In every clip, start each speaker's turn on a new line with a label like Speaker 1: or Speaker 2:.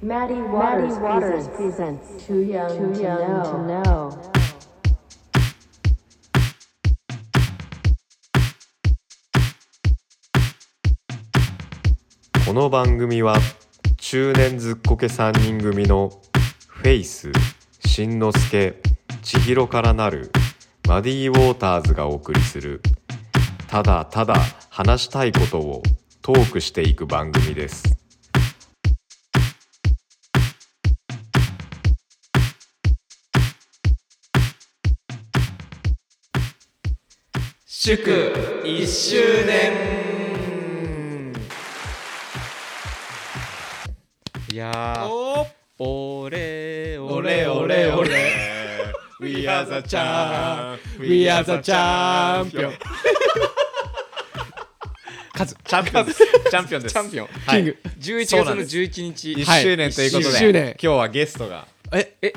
Speaker 1: Maddie Waters, presents, Too Young, to, know.
Speaker 2: 「この番組は中年ずっこけ3人組のフェイスしんのすけ千尋からなるマディ・ウォーターズがお送りするただただ話したいことをトークしていく番組です。
Speaker 3: 祝1周年
Speaker 2: いや
Speaker 3: お
Speaker 2: 俺
Speaker 3: オレオレオレ We are the champ We are the champion
Speaker 4: カズ、
Speaker 3: チャンピオンですチャンピオンです
Speaker 2: チャンピオン
Speaker 4: キング。
Speaker 3: 11月
Speaker 2: そうな
Speaker 3: の
Speaker 2: んです
Speaker 3: 11日
Speaker 2: 1
Speaker 4: はい
Speaker 2: 周年ということで、
Speaker 4: 一周年
Speaker 2: 今日はゲストが
Speaker 4: え、
Speaker 3: え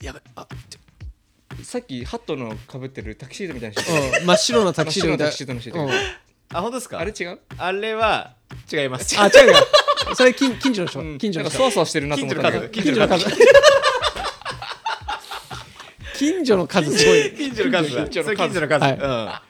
Speaker 4: やべ、あ、ちょ
Speaker 3: さっきハットのかぶってるタキシードみたいな人
Speaker 4: うん、真っ白のタキシードみた
Speaker 3: 真っ
Speaker 4: い
Speaker 3: 白のタキシード
Speaker 4: う
Speaker 3: の
Speaker 4: ん
Speaker 3: 人
Speaker 2: あ本当ですか
Speaker 3: あれ違う
Speaker 2: あれは違います
Speaker 4: あ、違うか。それ近近所の人、
Speaker 3: うん
Speaker 4: 近所
Speaker 3: なん
Speaker 4: の
Speaker 3: か
Speaker 4: 人
Speaker 3: そ。わそわしてるなと
Speaker 2: 近
Speaker 3: 思
Speaker 2: 所の
Speaker 3: ったんだ
Speaker 2: 家
Speaker 3: けど
Speaker 2: 族近所の家族
Speaker 4: 近所の数すごい。
Speaker 2: 近所の家族だ
Speaker 3: 近所の家族
Speaker 2: それ近所の家族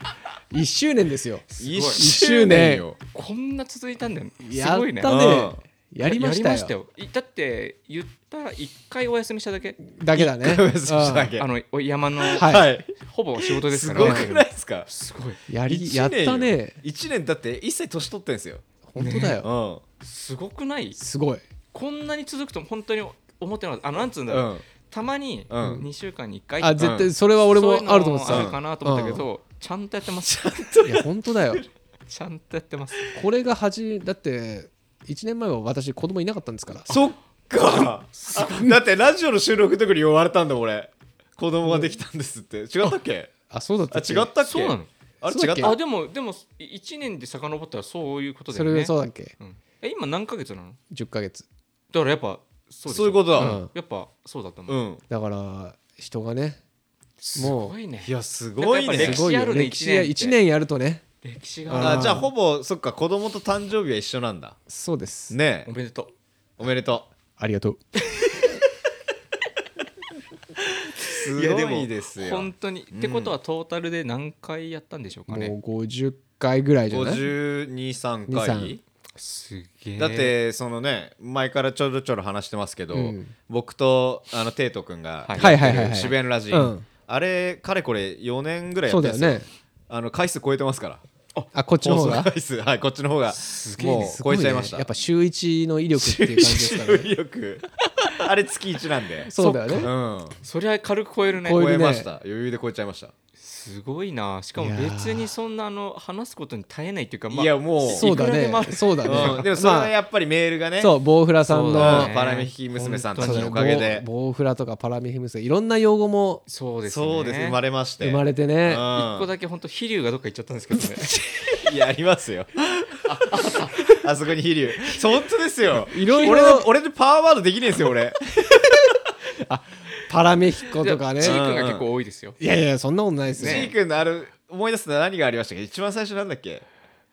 Speaker 4: 一周年ですよ。
Speaker 2: うん
Speaker 3: い
Speaker 2: 一周
Speaker 4: 周
Speaker 2: 年
Speaker 4: 年
Speaker 2: よ
Speaker 3: こんな続いたんだよす
Speaker 4: やっ
Speaker 3: ごいね
Speaker 4: たね。やりましたよ。
Speaker 3: いだって言ったら1回お休みしただけ
Speaker 4: だけだね。
Speaker 2: お休みしただけ
Speaker 3: あのお山の
Speaker 4: うんは。
Speaker 2: はいい
Speaker 3: ほぼ仕事です
Speaker 2: す
Speaker 3: か
Speaker 2: ご
Speaker 3: ら
Speaker 2: くないですか
Speaker 3: すごい
Speaker 4: や
Speaker 2: 一
Speaker 4: り、
Speaker 2: 年
Speaker 4: や
Speaker 2: よ
Speaker 4: ったね。
Speaker 2: 一年だって一切年取ってんすよ
Speaker 4: 本当だ
Speaker 2: う
Speaker 4: よ。
Speaker 2: ん
Speaker 3: すごくない
Speaker 4: すごい。
Speaker 3: こんなに続くと本当に思ってなかったあのなんつうんだ
Speaker 2: う
Speaker 3: ろう、
Speaker 2: ん
Speaker 3: たまに
Speaker 2: うん
Speaker 3: 2週間に1回、
Speaker 4: あ、絶対それは俺もあると思って
Speaker 3: そういうのもあ
Speaker 4: た。
Speaker 3: るかなと思ったけど、ちゃんとやってます
Speaker 4: いや、本当だよ。
Speaker 3: ちゃんとやってます
Speaker 4: これが初だって1年前は私子供いなかったんですから。
Speaker 2: そっかあだってラジオの収録の時に言われたんだ俺子供ができたんですって違ったっけ
Speaker 4: あ、そうだっ
Speaker 2: あ
Speaker 4: た
Speaker 2: 違
Speaker 4: け
Speaker 2: ったっけ
Speaker 3: そうなの
Speaker 2: あれ
Speaker 4: そう
Speaker 2: 違
Speaker 4: だ
Speaker 2: っ
Speaker 4: っけ
Speaker 2: た
Speaker 3: あでもでも1年で遡ったらそういうことだ
Speaker 4: そ
Speaker 3: よ
Speaker 4: れ
Speaker 3: ね
Speaker 4: そうだっけ
Speaker 3: うんえ今何ヶ月なの
Speaker 4: ?10 ヶ月。
Speaker 3: だからやっぱそうでしょ
Speaker 2: そういうことだ
Speaker 4: うん
Speaker 3: やっぱそうだと思う、
Speaker 2: うん
Speaker 4: だから人がね、
Speaker 3: すごいね
Speaker 2: いやすごい
Speaker 3: なんかやっ
Speaker 2: ね
Speaker 3: ぱ
Speaker 4: すごいよ
Speaker 3: 歴史あるね
Speaker 4: 歴史や
Speaker 3: 一年って
Speaker 4: 1年やるとね
Speaker 3: 歴史があ
Speaker 2: あ
Speaker 3: る
Speaker 2: じゃあほぼそっか子供と誕生日は一緒なんだ
Speaker 4: そうです
Speaker 2: ね
Speaker 3: お
Speaker 2: え
Speaker 3: めでと
Speaker 2: おめでと
Speaker 4: ありがとう
Speaker 2: う
Speaker 3: う
Speaker 2: すごいですよ
Speaker 3: やでも本当に、ってことはトータルで何回やったんでしょう
Speaker 4: も
Speaker 3: か
Speaker 4: う
Speaker 3: ね
Speaker 4: 50回ぐらいじゃない
Speaker 2: 523回
Speaker 4: 23
Speaker 3: すげえ
Speaker 2: だってそのね前からちょろちょろ話してますけど、
Speaker 4: うん
Speaker 2: 僕とあのテイト君がやっ
Speaker 3: はい
Speaker 2: てる
Speaker 4: はいはいはいはい
Speaker 2: シベンラジン、
Speaker 4: うん
Speaker 2: あれかれこれ4年ぐらいや
Speaker 4: そ
Speaker 2: っ
Speaker 4: う
Speaker 2: て
Speaker 4: だ
Speaker 2: るん
Speaker 4: よ
Speaker 2: ですよ、
Speaker 4: ね
Speaker 2: あの回数超えてますから
Speaker 4: あこっちの方
Speaker 2: 放送
Speaker 4: が
Speaker 2: 回数はいこっちの方が
Speaker 3: げえね
Speaker 2: もう
Speaker 4: す
Speaker 2: 超
Speaker 4: ご
Speaker 2: え
Speaker 4: ね
Speaker 2: ちゃいました
Speaker 4: やっぱ週一の威力っ ていう感じですからね
Speaker 2: よくあれ月1なんで
Speaker 4: そうだよ
Speaker 2: う
Speaker 4: ね
Speaker 2: ん
Speaker 3: そりゃ軽く超えるね
Speaker 4: 超え
Speaker 2: 超え
Speaker 4: るね
Speaker 2: ました余裕で超えちゃいました
Speaker 3: すごいなしかも
Speaker 4: いやー
Speaker 3: 別にそんなあの話すことに耐えないっていうか、
Speaker 2: いやもう
Speaker 4: そうだ
Speaker 3: いくらでもあ
Speaker 4: ね
Speaker 3: る
Speaker 4: そうだ
Speaker 2: うん
Speaker 4: ね
Speaker 2: でもそれは
Speaker 4: まあ
Speaker 2: やっぱりメールがね、
Speaker 4: そうボウフラさん
Speaker 3: そう
Speaker 2: う
Speaker 3: だ
Speaker 4: の
Speaker 2: ん
Speaker 3: ね
Speaker 2: パラメヒキ娘さんたち
Speaker 3: そうだね
Speaker 2: のおかげで
Speaker 4: ボウボウフラとかパラミヒムスいろんな用語も
Speaker 3: そうですね
Speaker 2: そうです生まれまして
Speaker 4: 生まれてね
Speaker 3: 一個
Speaker 2: う
Speaker 3: だけ本当飛龍がどっか行っちゃったんですけどね
Speaker 2: ん、いやありますよあそこに飛龍本当ですよ
Speaker 4: いろいろ
Speaker 2: 俺の俺のパワーワードできねえんですよ俺
Speaker 4: パラメヒコとかね
Speaker 3: ち
Speaker 2: う
Speaker 3: ー
Speaker 2: ん
Speaker 3: くんが結構多いですよ
Speaker 4: いやいやそんなことないです
Speaker 2: ジー
Speaker 4: ね
Speaker 2: 君のある思い出すのは何がありましたっけ一番最初なんだっけ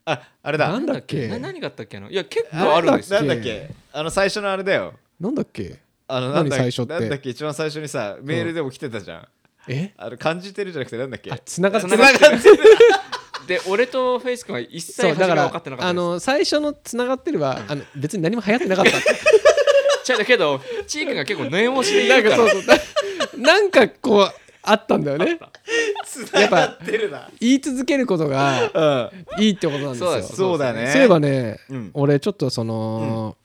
Speaker 2: ああれだ
Speaker 4: なんだっけ
Speaker 3: な何があったっけなのいや結構あるんですよ
Speaker 2: なんだっけあの最初のあれだよ
Speaker 4: なんだっけ
Speaker 2: あのなん
Speaker 4: 何
Speaker 2: だ
Speaker 4: 最初って
Speaker 2: なんだっけ一番最初にさメールでも来てたじゃん、
Speaker 4: え
Speaker 2: あの感じてるじゃなくてなんだっけ
Speaker 4: あ繋がって
Speaker 3: 繋
Speaker 4: る
Speaker 3: がってる
Speaker 2: 繋がってる
Speaker 3: で俺とフェイス君は一切
Speaker 4: そう
Speaker 3: 初め
Speaker 4: だか
Speaker 3: は
Speaker 4: ら
Speaker 3: 分かってなかった
Speaker 4: あ
Speaker 3: です
Speaker 4: の最初のつながってるはあの別に何も流行ってなかった
Speaker 3: 違うだけどちーくんが結構念押しで言
Speaker 4: なん
Speaker 3: うか
Speaker 4: からそうそうな なんかこうあったんだよね
Speaker 2: 繋がってるな
Speaker 4: 言い続けること が
Speaker 2: うん
Speaker 4: いいってことなんです
Speaker 3: そう
Speaker 4: よ
Speaker 3: で
Speaker 4: そ
Speaker 3: す
Speaker 4: う
Speaker 2: そうだね
Speaker 4: いえばね、
Speaker 2: うん
Speaker 4: 俺ちょっとその、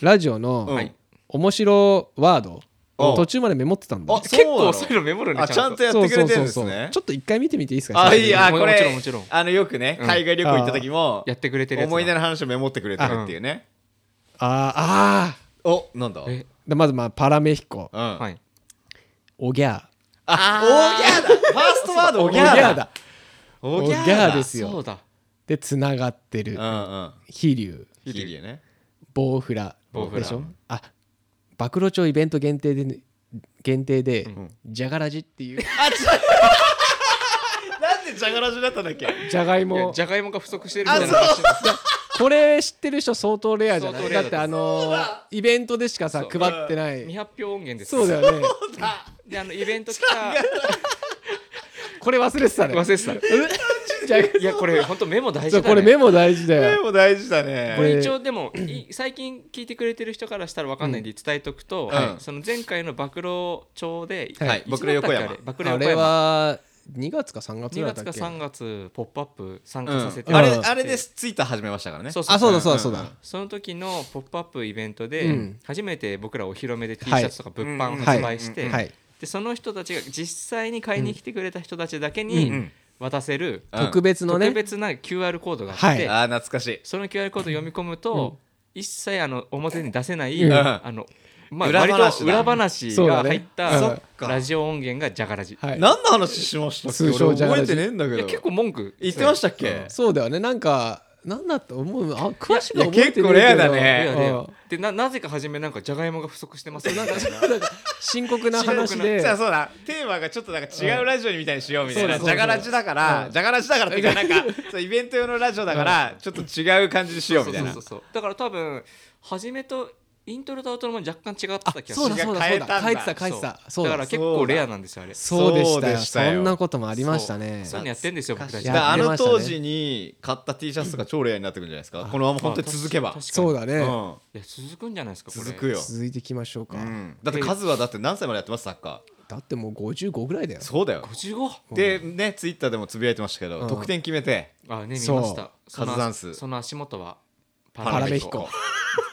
Speaker 4: ラジオの、
Speaker 2: うん
Speaker 3: はい
Speaker 4: 面白ワード
Speaker 2: お
Speaker 4: 途中までメモってたんだよ
Speaker 2: あ
Speaker 3: 結
Speaker 2: そうなの
Speaker 3: 構そういうのメモるね
Speaker 2: あちゃんと
Speaker 3: や
Speaker 2: やってくれてるんです
Speaker 4: そうそうそうそ
Speaker 2: ね
Speaker 4: うちょっと一回見てみていいですか
Speaker 2: あ
Speaker 4: 久しぶ
Speaker 2: い
Speaker 4: りに
Speaker 2: や
Speaker 3: も
Speaker 2: これ
Speaker 3: もちろんもちろん
Speaker 2: あのよくね
Speaker 3: うん
Speaker 2: 海外旅行行った時も
Speaker 3: ってくれてるやつだ
Speaker 2: 思い出の話をメモってくれてるっていうね
Speaker 4: あーあ
Speaker 2: おなんだ
Speaker 3: え
Speaker 4: ーでまずまあパラメヒコ
Speaker 2: うんあ
Speaker 3: はい
Speaker 4: おぎゃ
Speaker 2: おぎゃーだファーストワードお
Speaker 4: ー
Speaker 2: ぎゃーだ
Speaker 4: だ
Speaker 2: おぎゃーだ
Speaker 4: おぎゃーですよ
Speaker 3: そうだ
Speaker 4: でつながってる
Speaker 2: うんうん
Speaker 4: 飛龍
Speaker 2: ヒリエね
Speaker 4: ボウフラ
Speaker 3: ボウフラ
Speaker 4: でしょあ暴露町イベント限定でね限定で、じゃがらじって いう
Speaker 2: なんでじゃがらじだったんだっけ
Speaker 4: じゃがい
Speaker 3: いや
Speaker 4: も
Speaker 3: じゃがいもが不足してるみ
Speaker 2: あ
Speaker 3: たいな話
Speaker 4: これ知ってる人相当レアじゃな
Speaker 3: 相
Speaker 4: い
Speaker 3: 当レ
Speaker 4: だ
Speaker 3: アだ
Speaker 4: ってあのイベントでしかさ
Speaker 3: そう
Speaker 4: 配ってな
Speaker 3: 未
Speaker 4: い
Speaker 3: 発表音源です
Speaker 4: そうだよね
Speaker 3: であのイベント来た
Speaker 4: これ忘れてたね
Speaker 3: 忘れて
Speaker 4: じゃあ
Speaker 3: たいやこれ本当メモ大
Speaker 4: そう
Speaker 3: 事
Speaker 4: こ
Speaker 3: だ
Speaker 4: れ
Speaker 3: ね
Speaker 4: メモ大事だ
Speaker 2: で
Speaker 4: よ
Speaker 2: も大事だ
Speaker 4: こ
Speaker 3: こ
Speaker 2: ね
Speaker 4: れ
Speaker 3: れ一応でもい最近聞いてくれてる人からしたら分かんないんで伝えとくと、
Speaker 2: うん
Speaker 3: その前回の暴露帳で、
Speaker 2: はい
Speaker 3: つだったっけ
Speaker 2: 暴露横山
Speaker 3: あれ暴露
Speaker 4: あ
Speaker 3: 横
Speaker 4: れ
Speaker 3: 山
Speaker 4: は2月か3月
Speaker 3: 2
Speaker 4: ぐらいだ
Speaker 3: 月
Speaker 4: っ
Speaker 3: か
Speaker 4: たっけ
Speaker 3: 3月「ポップアップ参
Speaker 2: う
Speaker 3: 加させて
Speaker 2: ん
Speaker 4: も
Speaker 2: あ
Speaker 4: ら
Speaker 2: れ
Speaker 4: って
Speaker 2: あれでツイッター始めましたからね
Speaker 3: そうそう
Speaker 4: あそうだそうだそう
Speaker 2: うんうん
Speaker 4: だ
Speaker 3: その時の「ポップアップイベントで、
Speaker 4: うん
Speaker 3: 初めて僕らお披露目で T シ
Speaker 4: はい
Speaker 3: ャツとか物販を
Speaker 4: はい
Speaker 3: 発売して、
Speaker 4: はい
Speaker 3: でその人たちが実際に買いに来てくれた人たちだけ
Speaker 2: う
Speaker 3: に
Speaker 2: ん
Speaker 3: 渡せる
Speaker 2: うん
Speaker 4: 特別の
Speaker 3: 特
Speaker 4: ね
Speaker 3: 別な QR コードがあって、
Speaker 4: はい
Speaker 2: あー懐かしい
Speaker 3: その QR コード読み込むと、一切あの表に出せない、
Speaker 4: うん
Speaker 3: あのまあ、
Speaker 2: 裏
Speaker 3: 割
Speaker 2: 話だ
Speaker 3: と裏話が入っ
Speaker 4: そうだ
Speaker 3: た、
Speaker 4: ね
Speaker 2: うん
Speaker 3: ラジオ音源がじゃがらじ、
Speaker 4: はい
Speaker 2: 何の話しましたっ
Speaker 4: 通
Speaker 2: け
Speaker 4: 称
Speaker 2: 俺
Speaker 4: じゃが
Speaker 2: 覚
Speaker 4: ら
Speaker 2: えてねえ
Speaker 4: じ
Speaker 2: んだけ
Speaker 3: いや
Speaker 2: ど
Speaker 3: 結構文句
Speaker 2: 言ってましたっけ
Speaker 4: そうだよねなんかなんだと思うあ詳しく
Speaker 2: いや
Speaker 4: は覚え
Speaker 2: 結
Speaker 4: てないけど
Speaker 2: 構レアだ
Speaker 3: い
Speaker 2: ね
Speaker 3: やいや
Speaker 4: うん
Speaker 3: でななぜか初めなんかじゃがいもが不足してますよ みたいな
Speaker 4: 深刻な話で
Speaker 2: じゃあそうだテーマがちょっとなんか違うラジオみたいにしようみたいな、
Speaker 4: うんそう
Speaker 2: じ
Speaker 4: だ
Speaker 2: ゃがらじだから、
Speaker 4: うん
Speaker 2: じゃがらじだからっていうかなんかそうイベント用のラジオだから、ちょっと違う感じにしようみたいな
Speaker 3: そうそうそうそうだから多分初めとイントロとアウトロも若干違った気がする
Speaker 4: そうだそうだそうだ書
Speaker 2: 変え
Speaker 4: いて
Speaker 2: たんだ
Speaker 4: た書いてた
Speaker 3: そ
Speaker 4: そうう
Speaker 3: だ
Speaker 4: だ
Speaker 3: から結構レアなんですよあれ
Speaker 4: そうでし
Speaker 2: そ
Speaker 4: たよ
Speaker 2: うでし
Speaker 4: そ
Speaker 2: たよ
Speaker 4: んなこともありましたね
Speaker 3: そういうのやってんですよ僕たち
Speaker 4: いや
Speaker 2: だからあ
Speaker 4: やって
Speaker 2: の
Speaker 4: ましたね
Speaker 2: 当時に買った T シャツとか超レアになってくるんじゃないですかこのまま本当に続けば、
Speaker 3: 確かに
Speaker 4: そうだね、
Speaker 2: うん、
Speaker 3: いや続くんじゃないですかこれ
Speaker 2: 続くよ、
Speaker 4: 続いていきましょうか、
Speaker 2: うんだってカズはだって何歳までやってますサッカ
Speaker 4: だってもう55ぐらいだよ
Speaker 2: ーそうだよ
Speaker 3: 55
Speaker 2: でねツイッターでもつぶやいてましたけど、
Speaker 4: うん
Speaker 2: 得点決めて
Speaker 3: あね見ま
Speaker 4: そう
Speaker 3: したその
Speaker 2: カズダンス
Speaker 3: その足元はパ
Speaker 4: パラ
Speaker 3: ラ
Speaker 4: メ
Speaker 3: メ
Speaker 4: ヒ
Speaker 3: ヒ
Speaker 4: コ
Speaker 3: コ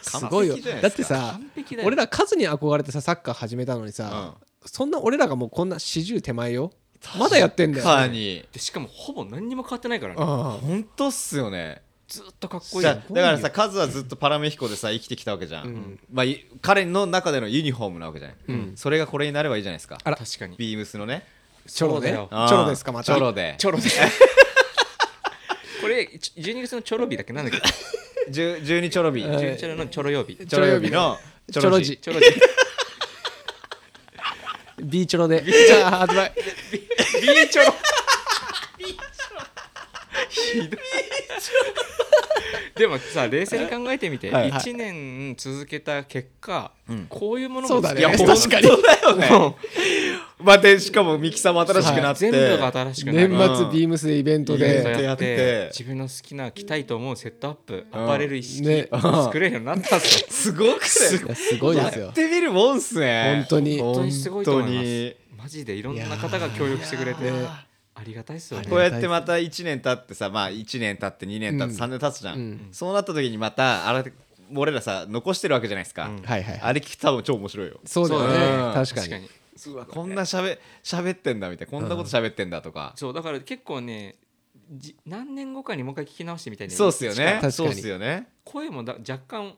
Speaker 4: すごいよ
Speaker 2: 完璧じゃない
Speaker 4: だ
Speaker 2: で
Speaker 4: って
Speaker 2: すか
Speaker 4: さ
Speaker 3: 完璧だよ
Speaker 4: 俺ら数に憧れてさサッカー始めたのにさ、そんな俺らがもうこんな40手前よまだやってんだよ、
Speaker 2: カーに
Speaker 3: でしかもほぼ何にも変わってないから
Speaker 4: う
Speaker 3: ね
Speaker 4: ん
Speaker 2: 本当っすよね
Speaker 3: ずっとかっこいい
Speaker 2: じゃ
Speaker 3: よ
Speaker 2: あだからさカズはずっとパラメヒコでさ生きてきたわけじゃん、まあ、い彼の中でのユニフォームなわけじゃない、それがこれになればいいじゃないですか
Speaker 4: あら
Speaker 3: 確かに
Speaker 2: ビームスのね
Speaker 4: チョロで
Speaker 3: そうだよ
Speaker 4: チョロですかまた
Speaker 2: チョロで
Speaker 3: チョロでこれちょ12月のチョロ日だっけなんだっけ
Speaker 2: 10 12チョロビ
Speaker 4: はい
Speaker 2: ー
Speaker 3: 12チョロのチョロ曜日チ
Speaker 2: チョロ曜日の
Speaker 4: チョロジ
Speaker 3: ョロ日
Speaker 4: B チョロでじゃあ発売
Speaker 3: B チョロでもさ冷静に考えてみて、
Speaker 2: はい
Speaker 3: 一1年続けた結果、
Speaker 2: ん
Speaker 3: こういうもの
Speaker 4: そ
Speaker 3: も
Speaker 4: うだね
Speaker 2: いや
Speaker 4: 確
Speaker 2: 確
Speaker 4: かに
Speaker 2: かにだよねまあでしかもミキサーも新しくなって、
Speaker 3: 全部が新しくな
Speaker 4: 年
Speaker 3: る
Speaker 4: 末ビームスでイベントで、
Speaker 2: イベントや
Speaker 3: やっ
Speaker 2: って
Speaker 3: て自分の好きな着たいと思うセットアップアパレル一式、
Speaker 4: ね
Speaker 3: 作れるようになったんで す
Speaker 2: す
Speaker 3: よ
Speaker 2: ごくね
Speaker 4: いやすごいです
Speaker 2: や
Speaker 4: よ
Speaker 2: ってみるもんっすね
Speaker 4: 本当に
Speaker 3: 本当にすごいと思い
Speaker 2: 本当
Speaker 3: ます
Speaker 2: に
Speaker 3: マジでいろんな方が協力してくれて
Speaker 4: いやー
Speaker 3: ありがたいっすよね
Speaker 2: こうやってまた1年経ってさまあ1年経って2年経って3年経つじゃん、
Speaker 4: うん
Speaker 2: そうなった時にまたあれ俺らさ残してるわけじゃないですか、
Speaker 3: うん
Speaker 4: はいはいはい
Speaker 2: あれ聞くと多分超面白いよ
Speaker 4: そうだよね
Speaker 2: そうだね
Speaker 4: 確かに
Speaker 3: 確かに
Speaker 2: うわこんなしゃべ喋ってんだみたいなこんなこと喋ってんだとか、
Speaker 3: そうだから結構ねじ何年後かにもう一回聞き直してみたいな
Speaker 2: そうっすよ
Speaker 4: 確
Speaker 2: ね
Speaker 4: かに
Speaker 2: そうっすよね
Speaker 3: 声もだ若干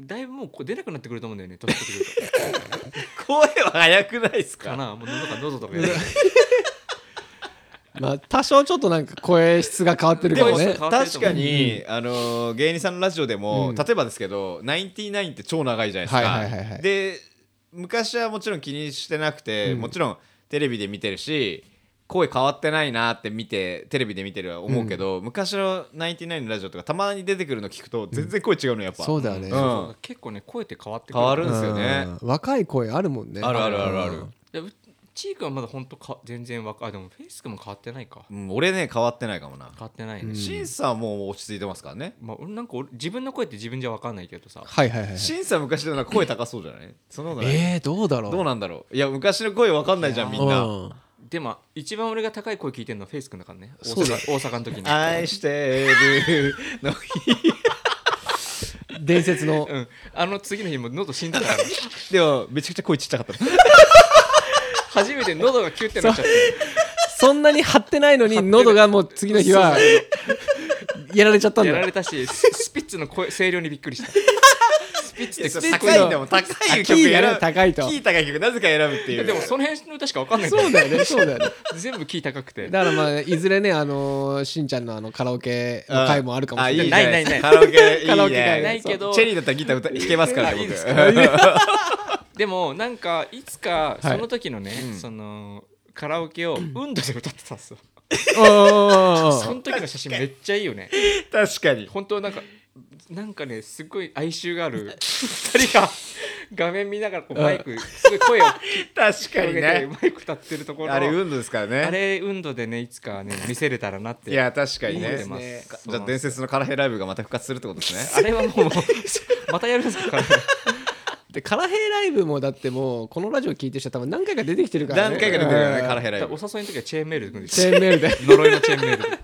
Speaker 3: だいぶもうこう出なくなってくると思うんだよね年取ってくる
Speaker 2: 声は早くないっす
Speaker 3: とか
Speaker 2: か
Speaker 3: なもう喉か喉とかやる
Speaker 4: まあ多少ちょっとなんか声質が変わってる
Speaker 2: で
Speaker 4: か
Speaker 2: も
Speaker 4: も
Speaker 3: 声
Speaker 4: ね
Speaker 3: 質変わってると
Speaker 2: 確
Speaker 3: 思う
Speaker 2: かに、あのー芸人さんのラジオでも、
Speaker 4: うん
Speaker 2: 例えばですけど「ナインティナイン」って超長いじゃないですか、
Speaker 4: はいはいはいはい
Speaker 2: で昔はもちろん気にしてなくて、
Speaker 4: うん
Speaker 2: もちろんテレビで見てるし声変わってないなって見てテレビで見てるは思うけど、昔の「ナインティナイン」のラジオとかたまに出てくるの聞くと全然声違うのやっぱ、
Speaker 4: そうだよ
Speaker 2: う
Speaker 4: ね、
Speaker 2: ん
Speaker 3: そう結構ね声って変わってくる
Speaker 2: 変わるんですよね、
Speaker 4: うん若い声あるもんね
Speaker 2: あるあるあるある、
Speaker 3: でうチークはまだ本当か全然わかあでもフェイスクも変わってないか
Speaker 2: うん俺ね変わってないかもな
Speaker 3: 変わってないね、
Speaker 4: うん
Speaker 2: 審査はもう落ち着いてますからね
Speaker 3: まあ俺なんか俺自分の声って自分じゃわかんないけどさ
Speaker 4: はいはいはいはい
Speaker 2: 審査昔でもなんか声高そうじゃないそんなことない、
Speaker 4: えー、どうだろう
Speaker 2: どうなんだろういや昔の声わかんないじゃんみんな
Speaker 4: うん
Speaker 3: でも一番俺が高い声聞いてるのはフェイス君だからね大
Speaker 4: そうだ
Speaker 3: 阪大阪の時に
Speaker 2: 愛してるの日
Speaker 4: 伝説の
Speaker 3: うん、あの次の日も喉死んだ からね
Speaker 2: でもめちゃくちゃ声ちっちゃかった
Speaker 3: 初めて喉がキュッてなっちゃって
Speaker 4: そんなに張っ てないのに喉がもう次の日はやられちゃったん
Speaker 3: やら
Speaker 4: だ
Speaker 3: れたしススピッツの声声量にびっくりしたスピッツって
Speaker 2: 高いんだもん高い曲選ぶ
Speaker 4: あキーがね高い
Speaker 2: キ
Speaker 4: と
Speaker 2: ー高い曲なぜか選ぶっていう
Speaker 3: でもその辺の歌しかわかんないん
Speaker 4: そう
Speaker 3: だよ
Speaker 4: だよねそうだよね
Speaker 3: 全部キー高くて
Speaker 4: だからまあいずれねあのーしんちゃんのあのカラオケの回もあるかもしれない
Speaker 3: ない
Speaker 2: あいじゃ
Speaker 3: ないない
Speaker 2: カラオケいいね
Speaker 4: カラオケが
Speaker 3: ないけど
Speaker 2: チェリーだったらギター歌弾けますからね
Speaker 3: あいい
Speaker 2: 僕
Speaker 3: ですでもなんかいつかその時のね、そのカラオケを 運動で歌ってたんですよ
Speaker 4: おーおーおーお
Speaker 3: そ
Speaker 4: ー
Speaker 3: の時の写真めっちゃいいよね
Speaker 2: 確かに
Speaker 3: 本当なんかなんかねすごい哀愁がある二人が画面見ながらこうマイクすごい声 を
Speaker 2: 確か
Speaker 3: 広
Speaker 2: に
Speaker 3: げて
Speaker 2: ね
Speaker 3: マイク立ってるところ
Speaker 2: あれ運動ですからね
Speaker 3: あれ運動でねいつかね見せれたらなって
Speaker 2: いや確かに
Speaker 3: 思っ
Speaker 2: ね
Speaker 3: てます
Speaker 4: いいです
Speaker 2: じゃあ伝説のカラヘライブがまた復活するってことですね
Speaker 3: あれはもう またやるんです かね
Speaker 4: でカラヘイライブもだってもうこのラジオ聞いてる人は多分何回か出てきてるからね
Speaker 2: 何回か出てるよね
Speaker 4: うん
Speaker 2: カラヘ
Speaker 3: お
Speaker 2: ライブ
Speaker 3: 誘いの時はチェーンメールで来るんで
Speaker 4: チ
Speaker 3: す
Speaker 4: ェ
Speaker 3: よ
Speaker 4: ーンメールで
Speaker 3: 呪いのチェーンメールで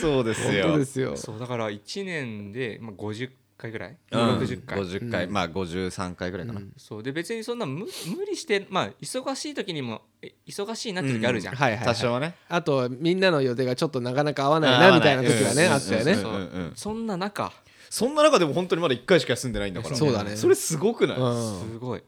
Speaker 2: そうです
Speaker 4: 本
Speaker 2: よ
Speaker 4: 当ですよ
Speaker 3: そうだから1年で、まあ、50回ぐらい、
Speaker 2: うん
Speaker 3: 60回
Speaker 2: 50回まあ53回ぐらいかな
Speaker 3: そうで別にそんな無無理してまあ忙しい時にもえ忙しいなって時あるじゃん、
Speaker 4: はいはいはい
Speaker 2: 多少はね
Speaker 4: あとみんなの予定がちょっとなかなか合わない
Speaker 2: 合わな
Speaker 4: ないみたいな時はね
Speaker 2: うん
Speaker 4: あったよね
Speaker 2: うんうんうん
Speaker 3: そんな中
Speaker 2: そんな中でも本当にまだ1回しか休んでないんだから
Speaker 4: そうだね
Speaker 2: それすごくない
Speaker 4: うん
Speaker 3: すごい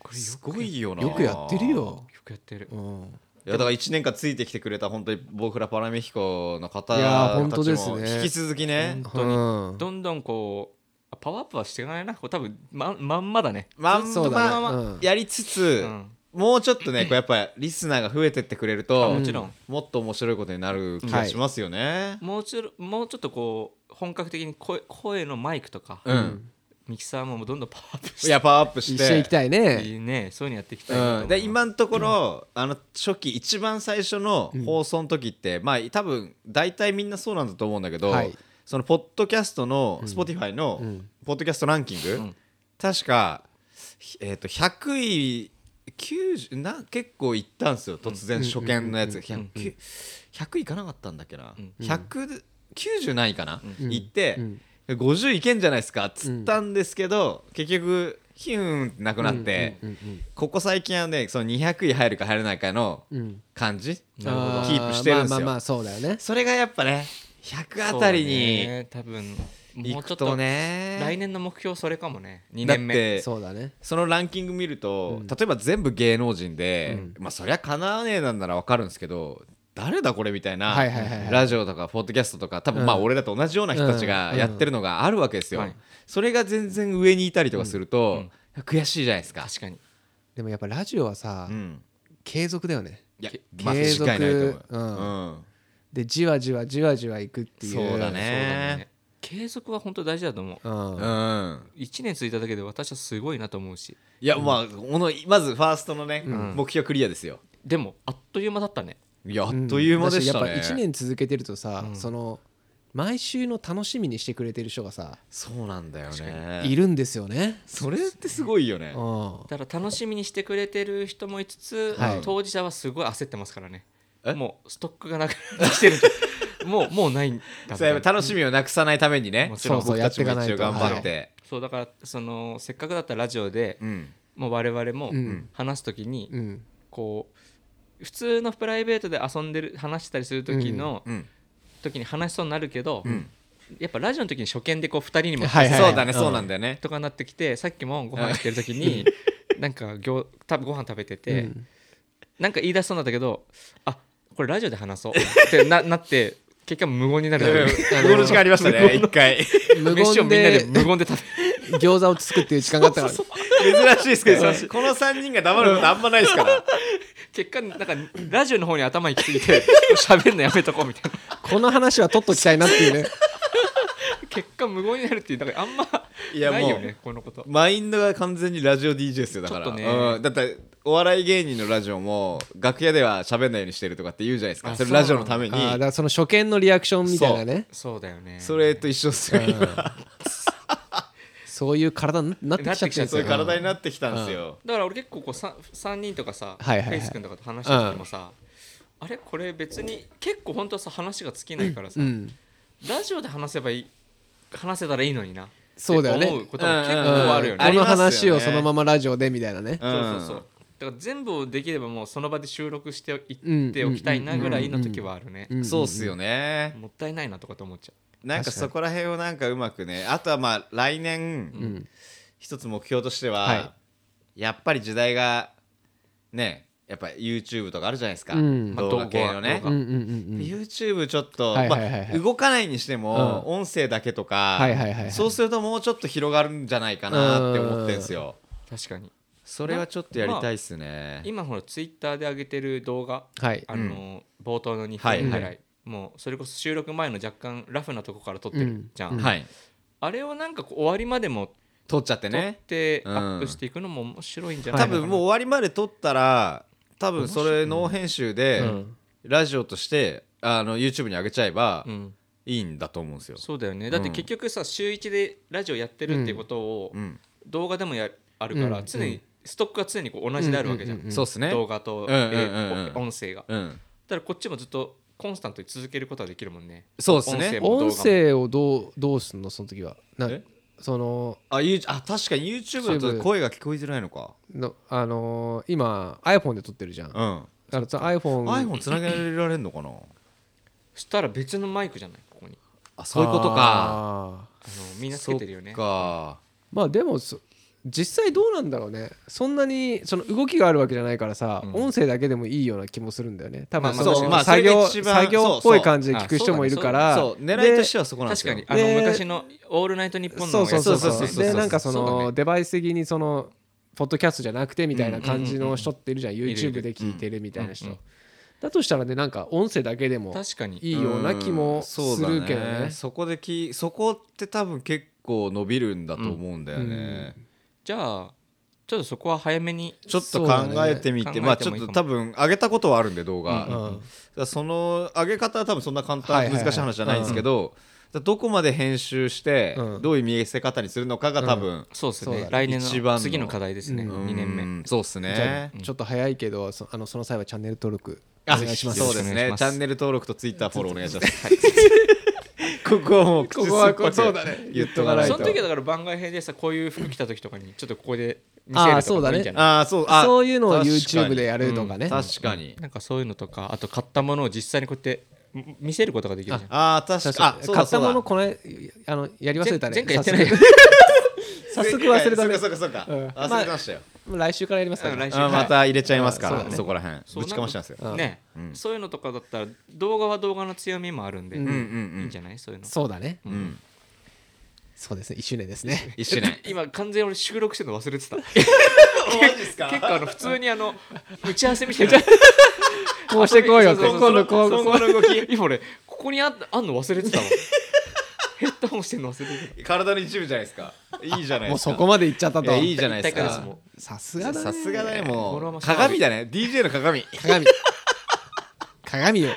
Speaker 3: これよ
Speaker 2: すごいよな
Speaker 4: よくやってるよ
Speaker 3: よくやってる
Speaker 4: うん
Speaker 2: いやだから1年間ついてきてくれた本当に僕らパラメヒコの方
Speaker 4: いやー本
Speaker 2: た
Speaker 4: 当
Speaker 2: ち
Speaker 4: です
Speaker 2: も
Speaker 4: ね
Speaker 2: 引き続きね
Speaker 3: 本当に
Speaker 4: うん
Speaker 3: どんどんこうあパワーアップはしていかないなこう多分ままんまだね
Speaker 2: ま
Speaker 4: そ
Speaker 2: ん
Speaker 4: うだね
Speaker 2: ま
Speaker 4: うん
Speaker 2: やりつつ
Speaker 3: うん
Speaker 2: もうちょっとねこうやっぱリスナーが増えてってくれると
Speaker 3: あもちろん
Speaker 2: もっと面白いことになる気がしますよね
Speaker 3: もうちょろもうちょっとこう本格的に声声のマイクとか、
Speaker 2: うん
Speaker 3: ミキサーもどんどんパワーアップし
Speaker 2: い
Speaker 3: て
Speaker 2: やパワーアップし
Speaker 4: 一緒に行き
Speaker 2: て
Speaker 4: たいね
Speaker 3: いいねそういうのやっていきたいなと思
Speaker 2: う
Speaker 3: い
Speaker 2: ん、
Speaker 3: ま
Speaker 2: です今のところ、あの初期一番最初の放送の時って、まあ多分大体みんなそうなんだと思うんだけど、
Speaker 4: はい
Speaker 2: そのポッドキャストの Spotify の
Speaker 4: うん
Speaker 2: ポッドキャストランキング、
Speaker 3: ん
Speaker 2: 確か、ひえー、と100位90な結構いったんですよ突然初見のやつ、100 100いかなかったんだっけな、
Speaker 3: ん
Speaker 2: 100 90何位かな、
Speaker 4: ん
Speaker 2: 行って、
Speaker 4: うん
Speaker 2: 50いけんじゃないですかっつったんですけど、結局ヒューンってなくなって、
Speaker 4: うんうん
Speaker 2: ここ最近はねその200位入るか入らないかの
Speaker 4: うん
Speaker 2: 感じ、
Speaker 3: なるほど
Speaker 4: あ
Speaker 2: キープしてるんですよ、
Speaker 4: まあまあまあそうだよね
Speaker 2: それがやっぱね100あたり
Speaker 3: そうだ
Speaker 2: に
Speaker 3: ね多分も
Speaker 2: 行
Speaker 3: うちょ
Speaker 2: く
Speaker 3: っと
Speaker 2: とね
Speaker 3: 来年の目標それかもね2年目
Speaker 2: だって
Speaker 4: そうだね
Speaker 2: そのランキング見ると、
Speaker 4: うん
Speaker 2: 例えば全部芸能人で、まあそりゃかなわねえなんなら分かるんですけど誰だこれみたいな、
Speaker 4: はいはいはいはい
Speaker 2: ラジオとかポッドキャストとか多分まあ
Speaker 4: うん
Speaker 2: 俺らと同じような人たちがやってるのがあるわけですよ、
Speaker 3: はい
Speaker 2: それが全然上にいたりとかすると、悔しいじゃないですか、
Speaker 3: 確かに
Speaker 4: でもやっぱラジオはさ
Speaker 2: うん、
Speaker 4: 継続だよね
Speaker 2: いや
Speaker 4: け
Speaker 2: まあ
Speaker 4: 継続
Speaker 2: 間違いないと思う、
Speaker 4: うん
Speaker 2: うん
Speaker 4: でじわじわじわじわいくっていう
Speaker 2: そうだ
Speaker 3: そうだ
Speaker 2: ね
Speaker 3: ね継続は本当大事だと思う
Speaker 4: う
Speaker 2: う
Speaker 4: ん
Speaker 2: ん
Speaker 3: 1年続いただけで私はすごいなと思うし
Speaker 2: いや、まあこのまずファーストのね、
Speaker 3: ん
Speaker 2: 目標クリアですよ
Speaker 3: でもあっという間だったね
Speaker 2: いやあっという間でしたね、
Speaker 4: だやっぱ1年続けてるとさ、
Speaker 3: うん
Speaker 4: その毎週の楽しみにしてくれてる人がさ、
Speaker 2: そうなんだよ
Speaker 4: い
Speaker 2: ね
Speaker 4: るんですよね。
Speaker 2: それってすごいよね
Speaker 4: うん
Speaker 3: だから楽しみにしてくれてる人もいつつ、
Speaker 2: はい
Speaker 3: 当事者はすごい焦ってますからね
Speaker 2: え
Speaker 3: もうストックがなくなって きてるんじゃんもうもうないんだみ
Speaker 2: そ
Speaker 3: た
Speaker 2: う
Speaker 3: い
Speaker 2: や
Speaker 3: な
Speaker 2: っぱ楽しみをなくさないためにね
Speaker 3: もちろん
Speaker 2: 僕たちも一応頑張って、
Speaker 3: そうだからそのせっかくだったらラジオで、
Speaker 2: うん
Speaker 3: もう我々も
Speaker 4: うん
Speaker 3: 話す時に、
Speaker 4: うん
Speaker 3: こう普通のプライベートで遊んでる話したりする時の、
Speaker 2: うん
Speaker 3: 時に話しそうになるけど、
Speaker 2: ん
Speaker 3: やっぱラジオの時に初見でこう2人にも
Speaker 4: はいはい
Speaker 2: そうだね、
Speaker 4: うん
Speaker 2: そうなんだよね
Speaker 3: とかなってきてさっきもご飯してる時になんかぎょうたご飯食べてて、
Speaker 4: うん
Speaker 3: なんか言い出しそうなんだけどあこれラジオで話そうってななって結果無言になるという
Speaker 2: 無言の時間ありましたね一回
Speaker 4: 無
Speaker 3: 飯を
Speaker 4: 言
Speaker 3: みんなで
Speaker 4: で
Speaker 3: 無言で食べる
Speaker 4: 餃子をつつくっていう時間があったから
Speaker 2: 珍しいですけどこの3人が黙ることあんまないですから
Speaker 3: 結果なんかラジオの方に頭行き過 ぎて喋るのやめとこうみたいな
Speaker 4: この話は取っときたいなっていうね。結
Speaker 3: 結果無言になるっていうだからあんま
Speaker 2: いや
Speaker 3: ないよ
Speaker 2: もう
Speaker 3: ねこのこと
Speaker 2: マインドが完全にラジオ DJ ですよだから、
Speaker 3: ちょっとね
Speaker 2: うん、だってお笑い芸人のラジオも楽屋では喋んないようにしてるとかって言うじゃないですか
Speaker 3: あ
Speaker 2: それ
Speaker 3: そうな
Speaker 2: ラ
Speaker 3: ん
Speaker 2: ジ
Speaker 3: だ
Speaker 2: オのため
Speaker 4: 構
Speaker 2: に
Speaker 4: あーだからその初見のリアクションみたいなね。
Speaker 3: そうだよね
Speaker 2: それと一緒ですよ今
Speaker 4: そういう体になってきちゃってるんで す
Speaker 2: そうい
Speaker 4: よ
Speaker 2: う体になってきたんですよ
Speaker 3: だから俺結構こう 3, 三人とかさ、
Speaker 4: はいはいはい
Speaker 3: フェイス君とかと話した時もさ、あれこれ別に結構本当はさ話が尽きないからさ、
Speaker 4: うん。
Speaker 3: ラジオで話せばいい話せたらいいのにな
Speaker 4: そうだよね
Speaker 3: って思うことも結
Speaker 2: うん
Speaker 4: うん
Speaker 3: 構あるよね、
Speaker 2: あ
Speaker 4: こ
Speaker 2: りま
Speaker 4: の
Speaker 2: すよね
Speaker 4: 話をそのままラジオでみたいなね。
Speaker 2: うん
Speaker 3: そうそうそうだから全部をできればもうその場で収録していっておきたいなぐらいの時はあるね、
Speaker 4: ん
Speaker 2: そうっすよね
Speaker 3: もったいないなとかと思っちゃ
Speaker 2: なんかそこら辺をなんかうまくねあとはまあ来年一つ目標としては、
Speaker 4: は
Speaker 2: やっぱり時代がねやっぱ YouTube とかあるじゃないですか、
Speaker 4: うん
Speaker 2: 動画系のね
Speaker 3: まあ動画動画
Speaker 4: うんうんうんうん
Speaker 2: YouTube ちょっと、
Speaker 4: はいはいはいはい
Speaker 2: まあ、動かないにしても、音声だけとか、
Speaker 4: はいはいはいはい
Speaker 2: そうするともうちょっと広がるんじゃないかなって思ってんすよ
Speaker 3: う確かに
Speaker 2: それはちょっとやりたいっすね、
Speaker 3: 今ほらツイッターで上げてる動画
Speaker 4: はい。
Speaker 3: あの、冒頭の2分ぐらいもうそれこそ収録前の若干ラフなとこから撮ってるじゃん、
Speaker 4: うん
Speaker 2: はい
Speaker 3: あれをなんかこう終わりまでも
Speaker 2: 撮っちゃって
Speaker 3: 撮っ
Speaker 2: ね
Speaker 3: て
Speaker 2: うん
Speaker 3: アップしていくのも面白いんじゃな
Speaker 2: 多
Speaker 3: いのかな、
Speaker 2: 分もう終わりまで撮ったら多分それの編集で
Speaker 4: うん
Speaker 2: ラジオとしてあの YouTube に上げちゃえば
Speaker 3: うん
Speaker 2: いいんだと思うんですよ、
Speaker 3: そうだよねだって結局さ週1でラジオやってるっていうことを
Speaker 2: うん
Speaker 3: 動画でもやあるから
Speaker 4: うん
Speaker 3: 常にストックが常にこう同じであるわけじゃ
Speaker 4: うんうんうん
Speaker 3: ん
Speaker 2: そうっすね
Speaker 3: 動画と
Speaker 2: うんうんうんうん
Speaker 3: え音声が
Speaker 2: うん
Speaker 3: ただこっちもずっとコンスタントに続けることはできるもんね
Speaker 2: そうです
Speaker 3: 音声
Speaker 2: ね
Speaker 3: も動画も
Speaker 4: 音声をどうどうすんのその時はな
Speaker 2: え
Speaker 4: その
Speaker 2: あゆうあ確かに YouTube だと声が聞こえづらいのか
Speaker 4: のあのー今 iPhone で撮ってるじゃん
Speaker 2: う
Speaker 4: あ
Speaker 2: ん
Speaker 4: のその iPhone,
Speaker 2: iPhone つなげられんのかな
Speaker 3: そしたら別のマイクじゃないここに
Speaker 2: あそういうことか
Speaker 4: あー
Speaker 3: あのみんなつけてるよね
Speaker 2: そっか
Speaker 4: まあでもそ実際どうなんだろうねそんなにその動きがあるわけじゃないからさ、音声だけでもいいような気もするんだよね多
Speaker 2: まあ
Speaker 4: 分
Speaker 2: まあ
Speaker 4: その
Speaker 2: そうまあ
Speaker 4: 作業
Speaker 2: それが一番
Speaker 4: 作業っぽい感じで
Speaker 3: そうそう
Speaker 4: 聞く人もいるから
Speaker 2: そう狙いとして
Speaker 4: は
Speaker 2: はそこなんです
Speaker 3: 確か
Speaker 2: よ
Speaker 3: にあの
Speaker 4: で
Speaker 3: 昔の「オールナイトニッポン」
Speaker 4: そ
Speaker 3: の
Speaker 4: うそうそう
Speaker 2: そうそうそうそ
Speaker 4: そううでなんかそ
Speaker 3: そうだ
Speaker 4: の
Speaker 3: ね
Speaker 4: デバイス的にそのポッドキャストじゃなくてみたいな感じの人っているじゃん
Speaker 3: いるいる
Speaker 4: YouTube で聞いてるみたいな
Speaker 3: うんう
Speaker 4: 人
Speaker 3: ん
Speaker 4: だとしたらねなんか音声だけでも
Speaker 3: 確かに
Speaker 4: いいような気も
Speaker 2: ん
Speaker 4: す
Speaker 2: そうだ
Speaker 4: るけどね
Speaker 2: そこできそこって多分結構伸びるんだと思うんだよね、
Speaker 3: じゃあちょっとそこは早めに
Speaker 2: ちょっと考えてみて,、
Speaker 3: そうだね
Speaker 2: まあ
Speaker 3: 考
Speaker 2: ち
Speaker 3: えて
Speaker 2: ょ
Speaker 3: も
Speaker 2: っ
Speaker 3: いいかも
Speaker 2: と多分上げたことはあるんで動画、
Speaker 3: うん
Speaker 2: だからその上げ方は多分そんな簡単、
Speaker 4: はいはいはい
Speaker 2: 難しい話じゃないんですけど、だからどこまで編集して、
Speaker 4: うん
Speaker 2: どういう見せ方にするのかが多分、
Speaker 3: そうです
Speaker 4: そう
Speaker 3: ね
Speaker 4: だ
Speaker 3: 来年
Speaker 2: 一番
Speaker 3: の
Speaker 2: の
Speaker 3: 次の課題ですね
Speaker 4: う
Speaker 2: うん
Speaker 3: 2年目
Speaker 2: そうっす
Speaker 4: じゃ
Speaker 2: ね
Speaker 4: あちょっと早いけどそあのその際はチャンネル登録お
Speaker 2: あ
Speaker 4: 願いします
Speaker 2: そうです
Speaker 3: よろしくお願いし
Speaker 2: ね
Speaker 3: ます
Speaker 2: チャンネル登録とツイッターフォローお願いします、 ここはもう口酸っぱく
Speaker 4: そうだね
Speaker 2: 言っとかないと
Speaker 3: その時はだから番外編でさこういう服着た時とかにちょっとここで見せるとかもいいんじゃない
Speaker 2: ああそうあ
Speaker 4: そういうのを
Speaker 2: 確かに
Speaker 4: YouTube でやるとかね
Speaker 2: 確かに、
Speaker 3: なんかそういうのとかあと買ったものを実際にこうやってみ見せることができるじゃん
Speaker 2: あー確かにあそう
Speaker 4: 買
Speaker 2: だ
Speaker 4: った
Speaker 2: そう
Speaker 4: も
Speaker 2: だ
Speaker 4: のこの間あのやり忘れたね
Speaker 3: 前前回やってないよ
Speaker 4: 早速早速忘れたね
Speaker 2: そうかそうかそうか、
Speaker 4: うん
Speaker 2: 忘れてましたよ、
Speaker 4: もう来週からやりますから
Speaker 3: うん
Speaker 4: ね
Speaker 3: 来週
Speaker 2: あーまた入れちゃいますから、
Speaker 4: はい
Speaker 2: そこら辺
Speaker 3: そう
Speaker 2: ぶちかましたんですよ、
Speaker 3: なんかね、そういうのとかだったら動画は動画の強みもあるんで、
Speaker 2: うんうん
Speaker 3: いいん
Speaker 2: う
Speaker 3: じゃないそういうの
Speaker 4: そうだね
Speaker 2: んうん
Speaker 4: そうですね1周年です ね
Speaker 2: 一周年
Speaker 3: 今完全に俺収録してるの忘れてた
Speaker 2: マジっす か
Speaker 3: 結構あの普通にあの打ち合わせみたいな
Speaker 4: こうしてこうよって
Speaker 3: そうそうそう
Speaker 4: 今度こう
Speaker 3: そう
Speaker 4: こう
Speaker 3: 今の動き今俺ここにあったあんの忘れてたわヘッドホンしてんの忘れてた
Speaker 2: 体の一部じゃないですかいいじゃないで
Speaker 4: もう
Speaker 2: すか
Speaker 4: そこまで行っちゃった
Speaker 2: い
Speaker 4: と
Speaker 2: やいいじゃないです
Speaker 3: 一体化です
Speaker 2: か
Speaker 3: も
Speaker 4: さすがだ
Speaker 2: さ
Speaker 4: ね
Speaker 2: すがだねも
Speaker 3: このま
Speaker 2: う
Speaker 3: ま
Speaker 2: 鏡だね DJ の 鏡
Speaker 4: 鏡鏡よ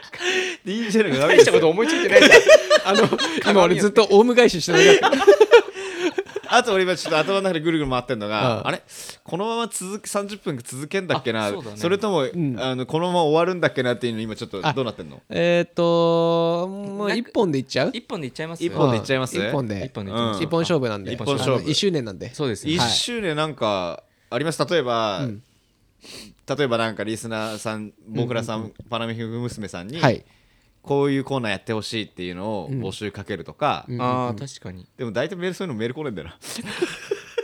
Speaker 2: DJ の鏡
Speaker 3: 大
Speaker 2: です
Speaker 3: した
Speaker 2: よ
Speaker 3: こと思いついてないじゃん
Speaker 4: あの今俺ずっとオウム返ししてなかった
Speaker 2: あと俺今ちょっと頭の中でぐるぐる回ってんのが、
Speaker 4: うん
Speaker 2: あれこのまま続く30分続けんだっけな
Speaker 3: あ
Speaker 2: そ
Speaker 3: そうだね
Speaker 2: れとも、
Speaker 4: ん
Speaker 2: あのこのまま終わるんだっけなっていうの今ちょっとどうなってんの
Speaker 4: えっともう1本でいっちゃう
Speaker 3: 一本でいっちゃいます
Speaker 2: 一本でいっちゃいます
Speaker 4: 1本で
Speaker 3: 一本で
Speaker 2: いっちゃいます
Speaker 4: うん一本勝負なんで
Speaker 2: 一本勝負
Speaker 4: 1周年なんで
Speaker 3: そうですね
Speaker 2: 一周年なんかあります例えば、
Speaker 4: ん
Speaker 2: 例えばなんかリスナーさん僕らさん,、パナミフ娘さんに、
Speaker 4: はい
Speaker 2: こういうコーナーやってほしいっていうのを募集かけるとか、
Speaker 3: ああ確かに
Speaker 2: でも大体メールそういうのメール来ねえんだよな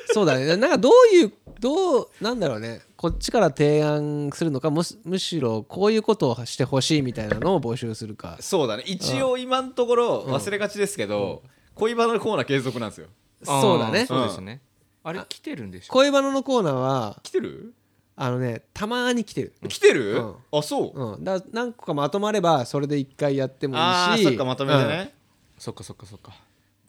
Speaker 4: そうだねなんかどういうどうなんだろうねこっちから提案するのかむしむしろこういうことをしてほしいみたいなのを募集するか
Speaker 2: そうだね一応今のところ忘れがちですけど、恋バナのコーナー継続なんですよ
Speaker 4: そうだ
Speaker 3: あー
Speaker 4: ね
Speaker 3: そうですねあれ来てるんでしょ
Speaker 4: 恋バナのコーナーは
Speaker 2: 来てる
Speaker 4: あのねたまに来てる、
Speaker 2: 来てる、
Speaker 4: うん
Speaker 2: あそう、
Speaker 4: うん、だから何個かまとまればそれで一回やってもいいし
Speaker 2: ああそっかまとめてね、
Speaker 3: そっかそっかそっか
Speaker 2: そ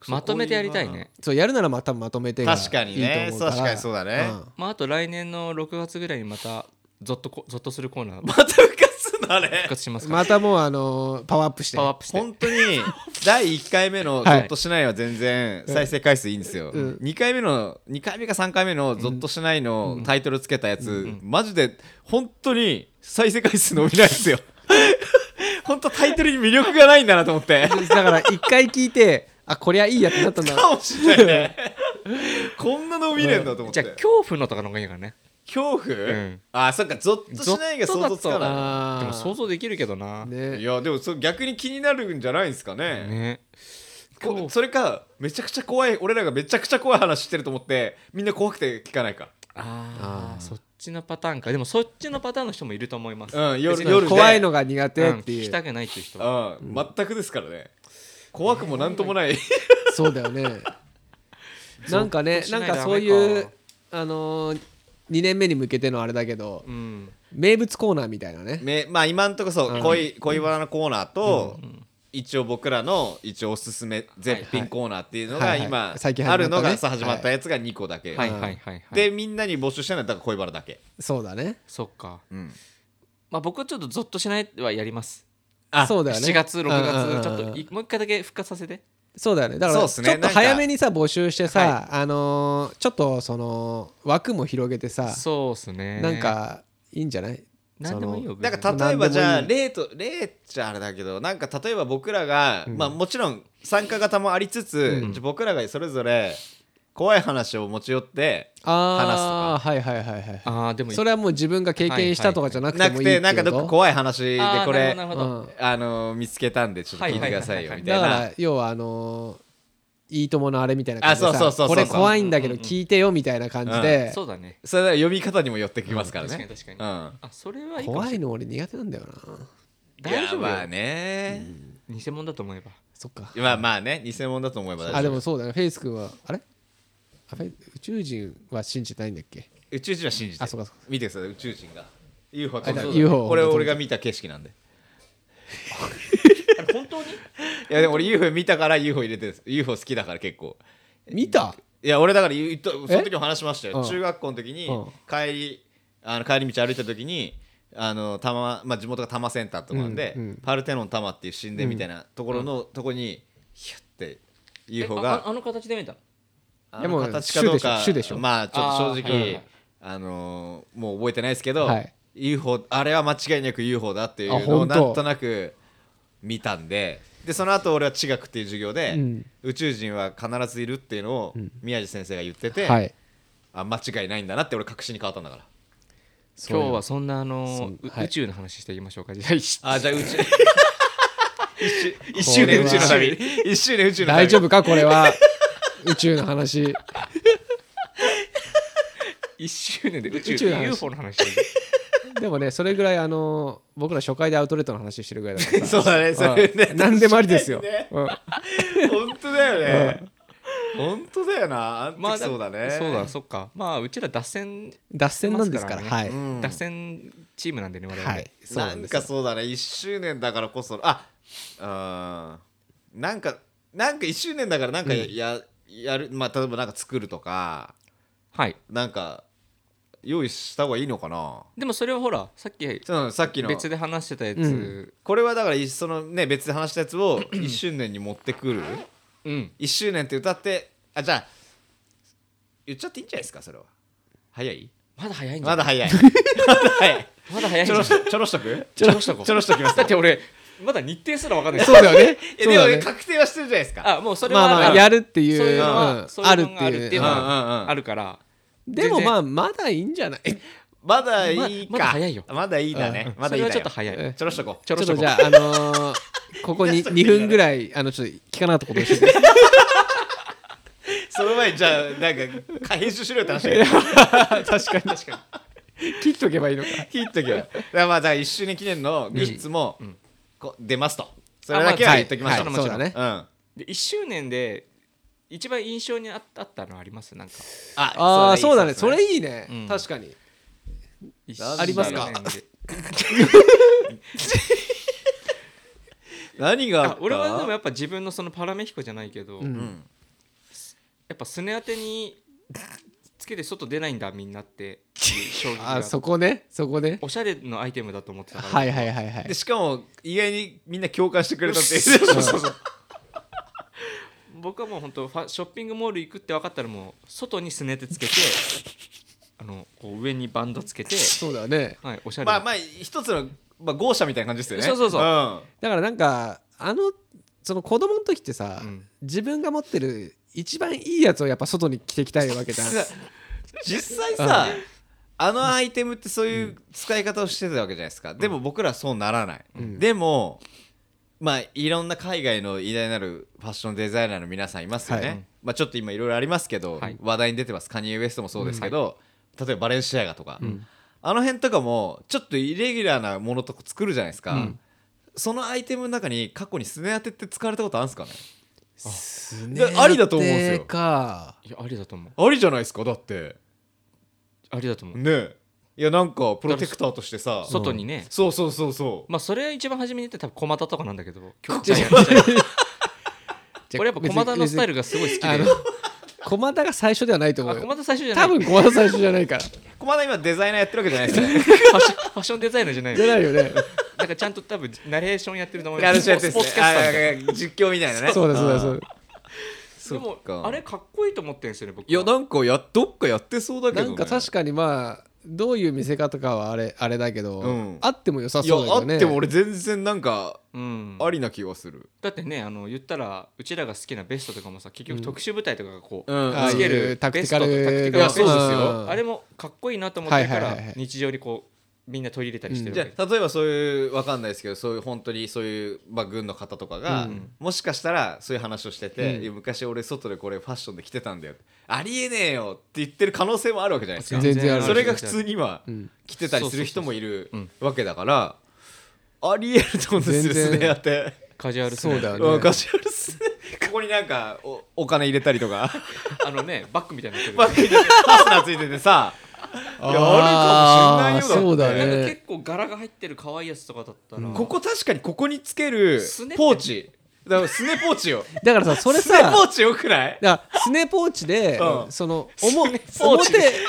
Speaker 2: う
Speaker 3: まとめてやりたいね
Speaker 4: うんそうやるならまたまとめてが
Speaker 2: 確かに
Speaker 4: いいと
Speaker 2: ね
Speaker 4: 思うから
Speaker 2: 確かにそうだね
Speaker 4: ん
Speaker 3: まああと来年の6月ぐらいにまたゾッとこゾ ッとするコーナー復
Speaker 2: また復活すんのあれ
Speaker 3: 活しますから
Speaker 4: またもうあのーパワーアップして
Speaker 3: パワーアップして
Speaker 2: 本当に第1回目の「ゾ
Speaker 4: はい
Speaker 2: ッとしない」は全然再生回数いいんですよ、
Speaker 4: ん
Speaker 2: 2回目の2回目か3回目の「ゾッとしない」のタイトルつけたやつ、マジで本当に再生回数伸びないんですよ 本当タイトルに魅力がないんだなと思って
Speaker 4: だから一回聞いてあこりゃいいやってなったんだ
Speaker 2: かもしれないねこんな伸びねえんだと思っ
Speaker 3: じ
Speaker 2: て、
Speaker 3: ゃあ恐怖のとかの方がいいからね
Speaker 2: 恐怖、
Speaker 3: ん
Speaker 2: あそっか「ゾッとしない」が想像つかな
Speaker 3: でも
Speaker 4: あ
Speaker 3: 想像できるけどな
Speaker 4: あ
Speaker 3: ね
Speaker 2: いい
Speaker 4: ね
Speaker 2: やでもそ逆に気になるんじゃないんですかねこそれかめちゃくちゃ怖い俺らがめちゃくちゃ怖い話してると思ってみんな怖くて聞かないか
Speaker 3: ああそっちのパターンかでもそっちのパターンの人もいると思います
Speaker 2: うん夜
Speaker 3: 別に
Speaker 2: 夜で
Speaker 4: 怖いのが苦
Speaker 3: うん
Speaker 4: 手って
Speaker 3: 聞
Speaker 4: い
Speaker 3: き
Speaker 4: う、
Speaker 3: たくないっていう人は
Speaker 2: うん、全くですからね怖くもなんともない、
Speaker 4: そうだよねなんかね
Speaker 3: ゾッとし
Speaker 4: な
Speaker 3: なんい
Speaker 4: かそういうあのー2年目に向けてのあれだけど、
Speaker 3: うん
Speaker 4: 名物コーナーみたいなね
Speaker 2: めまあ今んとこそう、
Speaker 4: うん
Speaker 2: 恋恋バナのコーナーと、一応僕らの一応おすすめ絶品コーナーっていうの
Speaker 4: は
Speaker 2: が
Speaker 4: いはい
Speaker 2: 今
Speaker 4: 最近
Speaker 2: あ
Speaker 4: 始ま
Speaker 2: る
Speaker 4: ったね
Speaker 2: のがさ始まったやつが2個だけ、
Speaker 3: はいはいはいはい
Speaker 2: でみんなに募集したのはだから恋バナだけ、
Speaker 4: そうだね
Speaker 3: そっか
Speaker 2: うん
Speaker 3: まあ僕はちょっとゾッとしないはやります
Speaker 2: あ
Speaker 4: そうだよね
Speaker 3: 7月6
Speaker 4: うんうんうん
Speaker 3: 月ちょっといもう一回だけ復活させて
Speaker 4: そうだよねだか
Speaker 2: そう
Speaker 4: ら
Speaker 2: っ
Speaker 4: ち
Speaker 2: す
Speaker 4: ょ
Speaker 2: ね
Speaker 4: っと
Speaker 2: な
Speaker 4: 早
Speaker 2: んか
Speaker 4: めにさ募集してさ、あのーちょっとその枠も広げてさ
Speaker 3: そうっすね
Speaker 4: なんかいいんじゃない
Speaker 3: 何でもいいよ
Speaker 2: なん
Speaker 3: 別に
Speaker 2: か例えばじゃあ
Speaker 4: 何で
Speaker 2: 例と例っちゃあれだけどなんか例えば僕らが、まあもちろん参加型もありつつ、
Speaker 3: うん
Speaker 2: 僕らがそれぞれ怖い話を持ち寄って
Speaker 4: ああはいはいはいはい
Speaker 3: ああでもいい
Speaker 4: それはもう自分が経験したとかじゃなくて
Speaker 2: な
Speaker 4: も
Speaker 2: く
Speaker 4: いい
Speaker 2: て
Speaker 4: って
Speaker 2: なんか
Speaker 4: こ
Speaker 2: どっか
Speaker 4: と
Speaker 2: 怖い話で
Speaker 3: あー
Speaker 2: これ
Speaker 3: なるほどなるほど
Speaker 4: うん
Speaker 2: あのー見つけたんでちょっと聞いてくださいよ
Speaker 3: はい
Speaker 2: み
Speaker 3: は
Speaker 2: た
Speaker 4: だ
Speaker 2: い
Speaker 4: か
Speaker 2: な
Speaker 4: ら要はあのーいいとものあれみたいな感じで
Speaker 2: あそうそう
Speaker 4: さ
Speaker 2: そう
Speaker 4: こ
Speaker 2: そう
Speaker 4: れ怖いんだけど聞いてよみたいな感じで
Speaker 3: そうだね
Speaker 2: それは読み方にも寄ってきますからね
Speaker 3: 確かに確
Speaker 2: うん
Speaker 3: かにあそれはいいかも
Speaker 4: 怖
Speaker 3: しれ
Speaker 4: い
Speaker 3: ない
Speaker 4: の俺苦手なんだよな
Speaker 3: 大丈
Speaker 2: いやま
Speaker 3: 夫
Speaker 2: あ
Speaker 3: よ
Speaker 2: ね
Speaker 3: 偽物だと思えば
Speaker 4: そっか
Speaker 2: まあまあね偽物だと思えば大丈夫
Speaker 4: あでもそうだねフェイス君はあれあフェイ宇宙人は信じてないんだっけ
Speaker 2: 宇宙人は信じて
Speaker 4: あ
Speaker 2: る
Speaker 4: そうかそうか
Speaker 2: 見てください宇宙人が UFO
Speaker 4: あだ
Speaker 2: 飛んで
Speaker 4: UFO
Speaker 2: これ俺が見た景色なんで
Speaker 3: あれ本当に
Speaker 2: いやでも俺 UFO 見たから UFO 入れてるんです UFO 好きだから結構
Speaker 4: 見た
Speaker 2: いや俺だから言っとその時も話しました
Speaker 4: うん
Speaker 2: よ中学校の時に
Speaker 4: うん
Speaker 2: 帰りあの帰り道歩いた時にあの多摩まあ、地元が多摩センターとかなんで、
Speaker 4: うんうん
Speaker 2: パルテノン多摩っていう神殿みたいなところのとこにヒュッて UFO
Speaker 3: えああ
Speaker 2: が
Speaker 3: あの形で見たの
Speaker 2: あ
Speaker 4: いやも
Speaker 2: の
Speaker 4: う
Speaker 2: 形かどうか
Speaker 4: 種でしょ種でしょ
Speaker 2: まあちょっと正
Speaker 3: あーはいはいは
Speaker 2: 直
Speaker 3: い
Speaker 2: あ、のーもう覚えてないですけど、
Speaker 4: はい
Speaker 2: UFO あれは間違いなく UFO だってい
Speaker 4: あ
Speaker 2: うのを
Speaker 4: 本当
Speaker 2: なんとなく見たんででその後俺は地学っていう授業で、
Speaker 4: うん
Speaker 2: 宇宙人は必ずいるっていうのを宮地先生が言ってて、
Speaker 4: はい
Speaker 2: あ間違いないんだなって俺確信に変わったんだから
Speaker 3: 今日はそんなあの
Speaker 4: そう
Speaker 3: う
Speaker 4: はい
Speaker 3: 宇宙の話していきましょうかじゃあ 一
Speaker 2: あじゃあ宇宙一周年宇宙の旅一周年宇宙の旅
Speaker 4: 大丈夫かこれは 宇宙の話
Speaker 3: 一周年で宇宙
Speaker 4: 宇宙の話
Speaker 3: UFO の話してる
Speaker 4: でもねそれぐらいあのー僕ら初回でアウトレットの話してるぐらいだから
Speaker 2: そうだねそれね
Speaker 4: うん何でもありで すよ、うん
Speaker 2: 本当だよね本当だよなあん 時そうだね
Speaker 3: そうだそっかまあうちら脱線
Speaker 4: 脱線なんですから
Speaker 3: してます
Speaker 4: はい、
Speaker 3: ね脱線チームなんでね我々
Speaker 4: はいそう
Speaker 2: な
Speaker 4: なん
Speaker 2: ん
Speaker 4: ですよ
Speaker 2: かそうだね1周年だからこそああーなんかなんか1周年だからなんかや,、やるまあ例えばなんか作るとか
Speaker 3: はい
Speaker 2: なんか用意した方がいいのかな
Speaker 3: でもそれはほらさっき
Speaker 2: そのさっきの
Speaker 3: 別で話してたや
Speaker 4: うん
Speaker 3: つ
Speaker 2: これはだからいそのね別で話したやつを1周年に持ってくる
Speaker 3: うん
Speaker 2: 1周年って歌ってあじゃあ言っちゃっていいんじゃないですかそれは早い
Speaker 3: まだ早いんじ
Speaker 2: ま
Speaker 3: ゃ
Speaker 2: だ
Speaker 3: ない
Speaker 2: 早いまだ早い
Speaker 3: まだ早いん
Speaker 2: ち
Speaker 3: じ
Speaker 2: ょ
Speaker 3: ゃな
Speaker 2: ろ
Speaker 3: い
Speaker 2: しちょろしとく
Speaker 3: ちょろしとこう
Speaker 2: ちょろしときます
Speaker 3: だって俺まだ日程すら分かん ない
Speaker 4: そうだよね
Speaker 2: え
Speaker 4: そう
Speaker 2: で
Speaker 4: だ
Speaker 2: も
Speaker 4: ね
Speaker 2: ね確定はしてるじゃないですか
Speaker 3: あもうそれは
Speaker 4: まあまあ
Speaker 3: る
Speaker 4: やるっていう
Speaker 3: そういうの
Speaker 4: う
Speaker 3: は
Speaker 4: ん
Speaker 3: そういうのが
Speaker 4: あ
Speaker 3: あ
Speaker 4: る
Speaker 3: る
Speaker 4: っ
Speaker 3: ってて
Speaker 4: い
Speaker 3: いうう
Speaker 4: の
Speaker 3: の
Speaker 4: は
Speaker 2: うん
Speaker 3: はあるから
Speaker 4: でも
Speaker 3: 全然
Speaker 4: まあまだいいんじゃない
Speaker 2: まだいいか
Speaker 3: ままだ早いよ
Speaker 2: まだいいだね
Speaker 3: うん
Speaker 2: まだいいだよ
Speaker 3: それはちょっと早い
Speaker 2: うんちょろしとこう
Speaker 3: ちょ
Speaker 4: ち
Speaker 3: ろ
Speaker 4: ょっ
Speaker 3: しと
Speaker 4: と
Speaker 3: こ
Speaker 4: じゃあ、あのーここ に2分ぐらい、あの、ちょっと聞かなかったことにして
Speaker 2: その前にじゃあなんか編集しろよって話だ けど
Speaker 4: 確かに確か に。切っとけばいいのか。
Speaker 2: 切っときはだからまあだから1周年記念のグッズもこ出ますとそれ
Speaker 3: あまあ
Speaker 2: だけは言っときましょう
Speaker 3: はい
Speaker 4: そうだね。
Speaker 2: うん
Speaker 3: で1周年で一番印象にああったのありますなんか
Speaker 4: ああ、そうだね。そ
Speaker 2: いい
Speaker 4: れいいね
Speaker 3: うん。
Speaker 4: 確かに。
Speaker 3: 一
Speaker 2: ありますか
Speaker 3: 周年で
Speaker 2: すね何があっ
Speaker 3: あ
Speaker 2: た
Speaker 3: 俺はでもやっぱ自分のそのパラメヒコじゃないけど、
Speaker 4: ん
Speaker 2: うん
Speaker 3: やっぱすね当てにつけて外出ないんだみん なっていう衝撃が
Speaker 4: あそこね。そこね。
Speaker 3: おしゃれのアイテムだと思ってたから、
Speaker 4: はいはいはいは
Speaker 2: で
Speaker 4: い。
Speaker 2: しかも意外にみんな共感してくれたっていう
Speaker 3: 僕はもう本当ファショッピングモール行くって分かったらもう外にすね当てつ けてあのこう上にバンドつけて、
Speaker 4: そうだよね。
Speaker 3: はい、おしゃれな
Speaker 2: まあまあ一つのまあ豪奢みたいな感じですよね
Speaker 3: そうそうそうん
Speaker 4: だからなんか、あの、その子供の時ってさ
Speaker 3: うん、
Speaker 4: 自分が持ってる一番いいやつをやっぱ外に着てきたいわけじゃん。
Speaker 2: さ 実際さあのアイテムってそういう使い方をしてたわけじゃないですか、でも僕らはそうならない、でもまあいろんな海外の偉大なるファッションデザイナーの皆さんいますよね、
Speaker 3: はい
Speaker 2: まあ、ちょっと今いろいろありますけど、
Speaker 3: はい
Speaker 2: 話題に出てますカニエ・ウエストもそうですけど、例えばバレンシアガとか、あの辺とかもちょっとイレギュラーなものとか作るじゃないですか、そのアイテムの中に過去にスネ当てって使われたことあるんですかね
Speaker 4: す
Speaker 2: ねありだと思うんですよ
Speaker 4: か。
Speaker 3: いやありだと思う
Speaker 2: ありじゃないですかだって
Speaker 3: ありだと思う、
Speaker 2: ねえいやなんかプロテクターとしてさ
Speaker 3: 外にね、
Speaker 2: そうそうそうそう
Speaker 3: まあそれは一番初めに言ってた多分駒田とかなんだけど今
Speaker 4: 違う
Speaker 3: 日やりたい
Speaker 4: じゃあ
Speaker 3: 俺やっぱ駒田のスタイルがすごい好きで
Speaker 4: あの駒田が最初ではないと思
Speaker 3: あ
Speaker 4: うよ
Speaker 3: 駒田最初じゃない
Speaker 4: 多分駒田最初じゃな いから
Speaker 2: 駒田今デザイナーやってるわけじゃないです ね
Speaker 3: ファッションファッションデザイナーじゃない
Speaker 4: じゃ
Speaker 3: よ
Speaker 4: ないよね
Speaker 3: なんかちゃんと多分ナレーションやってると思う
Speaker 2: やるしやって
Speaker 3: ス
Speaker 2: るん
Speaker 3: ポー
Speaker 2: で
Speaker 3: ツ
Speaker 2: す
Speaker 3: キ
Speaker 2: ね
Speaker 3: ャスターみ
Speaker 2: あ
Speaker 3: たい
Speaker 2: あ実況みたいなね
Speaker 4: そうだそうだそううんだ
Speaker 3: なで
Speaker 2: そっ
Speaker 3: も
Speaker 2: か
Speaker 3: あれかっこいいと思ってるんですよね僕
Speaker 2: いやなんかやどっかやってそうだけど
Speaker 4: な
Speaker 2: ね
Speaker 4: んか確かにまあどういう見せ方かはあれあれだけど、
Speaker 2: うん
Speaker 4: あっても良さ
Speaker 2: いや
Speaker 4: そうだ
Speaker 2: あ
Speaker 4: よ
Speaker 2: っ
Speaker 4: ね
Speaker 2: ても俺全然なんか
Speaker 3: うん
Speaker 2: ありな気がする
Speaker 3: だってねあの言ったらうちらが好きなベストとかもさ結局特殊部隊とかがこう、
Speaker 2: うん
Speaker 4: ああ
Speaker 3: つ
Speaker 4: い
Speaker 3: け
Speaker 4: う
Speaker 3: る
Speaker 4: タクティカル
Speaker 3: ベストとタクティカル
Speaker 2: いやそうですよ
Speaker 4: うん
Speaker 3: あれもかっこいいなと思ってるか
Speaker 4: はい
Speaker 3: ら
Speaker 4: はいはいはい
Speaker 3: 日常にこうみんな取り入れたりしてる
Speaker 2: じ
Speaker 3: わ
Speaker 2: ゃ
Speaker 3: け
Speaker 2: あ例えばそういうわかんないですけどそういう本当にそういう、まあ、軍の方とかが、
Speaker 3: うん
Speaker 2: もしかしたらそういう話をしてて、
Speaker 4: うん
Speaker 2: いや昔俺外でこれファッションで着てたんだよありえねえよって言ってる可能性もあるわけじゃないですか
Speaker 4: 全然ある
Speaker 2: それが普通には
Speaker 4: うん
Speaker 2: 着てたりする人もいる
Speaker 3: そうそうそう
Speaker 2: わけだから、ありえると思うんですよ
Speaker 4: 全然
Speaker 2: スネアって。
Speaker 3: カジュアルス
Speaker 4: そうだよね
Speaker 2: うんカジュアルスネここになんかおお金入れたりと か
Speaker 3: あのねバッグみたいになってる
Speaker 2: バッグになんかファスナーついててさいやあるかもしんないよだって
Speaker 4: あーそうだ
Speaker 3: なんか
Speaker 4: ね
Speaker 3: 結構柄が入ってる可愛いやつとかだったら、
Speaker 2: ここ確かにここにつける
Speaker 3: スネ
Speaker 2: ポーチだからスネポーチよ
Speaker 4: だからさそれ
Speaker 2: スネ
Speaker 4: さ
Speaker 2: ポーチよくない
Speaker 4: だからスネポーチで、
Speaker 2: うん
Speaker 4: その
Speaker 2: スネ
Speaker 4: おも
Speaker 2: ポーチ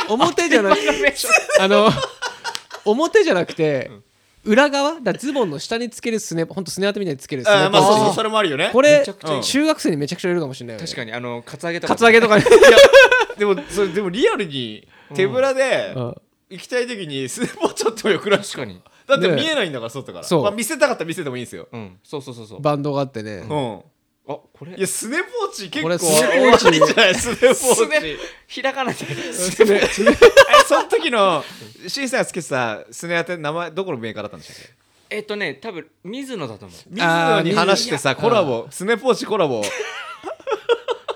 Speaker 4: 表表じゃなくてあの表じゃなくて、裏側だからズボンの下につけるスネほんとスネ当てみたいにつけるス
Speaker 2: あ
Speaker 4: ネ
Speaker 2: ー
Speaker 4: ポ
Speaker 2: まあ
Speaker 4: ー
Speaker 2: そ
Speaker 4: チ
Speaker 2: うそれもあるよね
Speaker 4: これ
Speaker 3: めちゃくちゃいい
Speaker 2: うん
Speaker 4: 中学生にめちゃくちゃいるかもしれないよね
Speaker 3: 確かにあのカツアゲとか
Speaker 4: カツアゲとかね
Speaker 2: いやでもそれでもリアルに手ぶらで
Speaker 4: うん
Speaker 2: 行きたい時にスネポーチあってもよくない
Speaker 3: 確かに
Speaker 2: だって
Speaker 4: ね
Speaker 2: 見えないんだから外から、
Speaker 4: そう
Speaker 2: まあ、見せたかったら見せてもいいんですよ、
Speaker 3: うんそうそうそうそう
Speaker 4: バンドがあってね、
Speaker 2: うん
Speaker 3: あこれ
Speaker 2: いやスネポーチ結構
Speaker 4: これ
Speaker 2: 多
Speaker 4: スネポーチ
Speaker 2: いんじゃないスネポーチ
Speaker 3: すねひらがなで
Speaker 4: スネ
Speaker 2: あれその時のシンさんがつけてたスネ当て名前どこのメーカーだったんでしたっけ
Speaker 3: えっとね多分水野だと思う
Speaker 2: 水
Speaker 4: あ
Speaker 2: 野
Speaker 4: ー
Speaker 2: に話してさ
Speaker 4: 水野
Speaker 2: コラボスネポーチコラボ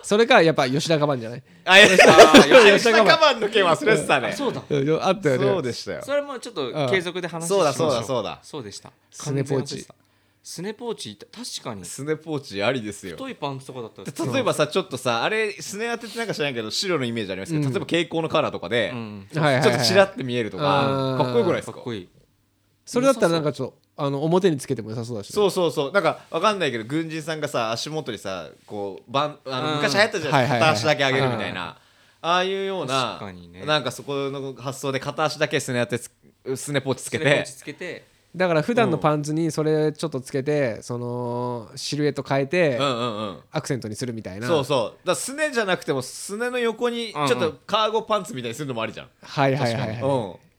Speaker 4: それかやっぱ吉田カバンじゃない
Speaker 2: あいや
Speaker 4: や
Speaker 2: 吉田カバンの件忘れてたね
Speaker 3: そうだ
Speaker 4: うんあったよね
Speaker 2: そうでしたよ
Speaker 3: それもちょっと継続で話し
Speaker 2: そうだ
Speaker 3: しまし
Speaker 2: そう
Speaker 3: ょ
Speaker 2: だそうだ
Speaker 3: そうでした
Speaker 4: スネポーチ
Speaker 3: 完全忘れてたスネポーチいた確かに
Speaker 2: スネポーチありですよ
Speaker 3: 太いパンツとかだったら
Speaker 2: 例えばさちょっとさあれスネ当てってなんか知らんけど白のイメージありますけど、例
Speaker 4: うん
Speaker 2: えば蛍光のカラーとかで、
Speaker 3: うん
Speaker 4: はいはいはい
Speaker 2: ちょっとちらって見えるとか
Speaker 4: あー
Speaker 2: かっこよくないです
Speaker 3: か
Speaker 2: か
Speaker 3: っこいい
Speaker 4: それだったらなんかちょっとあの表につけても良さそうだしね、
Speaker 2: そうそうそうなんかわかんないけど軍人さんがさ足元にさこうバンあ
Speaker 3: う
Speaker 2: の
Speaker 3: ん
Speaker 2: 昔流行ったじゃないですか、
Speaker 4: はいはいはい
Speaker 2: 片足だけ上げるみたいなああいうような
Speaker 3: 確かにね
Speaker 2: なんかそこの発想で片足だけスネ当てつスネポーチつ
Speaker 3: つ
Speaker 2: け
Speaker 3: けて
Speaker 2: て
Speaker 3: つけて
Speaker 4: だから普段のパンツにそれちょっとつけてそのシルエット変えて
Speaker 2: うんうんうん
Speaker 4: アクセントにするみたいな
Speaker 2: そうそうだからスネじゃなくてもスネの横にちょっ
Speaker 3: うんう
Speaker 2: と
Speaker 3: ん
Speaker 2: カーゴパンツみたいにするのもありじゃん、
Speaker 4: はいはいはいはい
Speaker 2: うん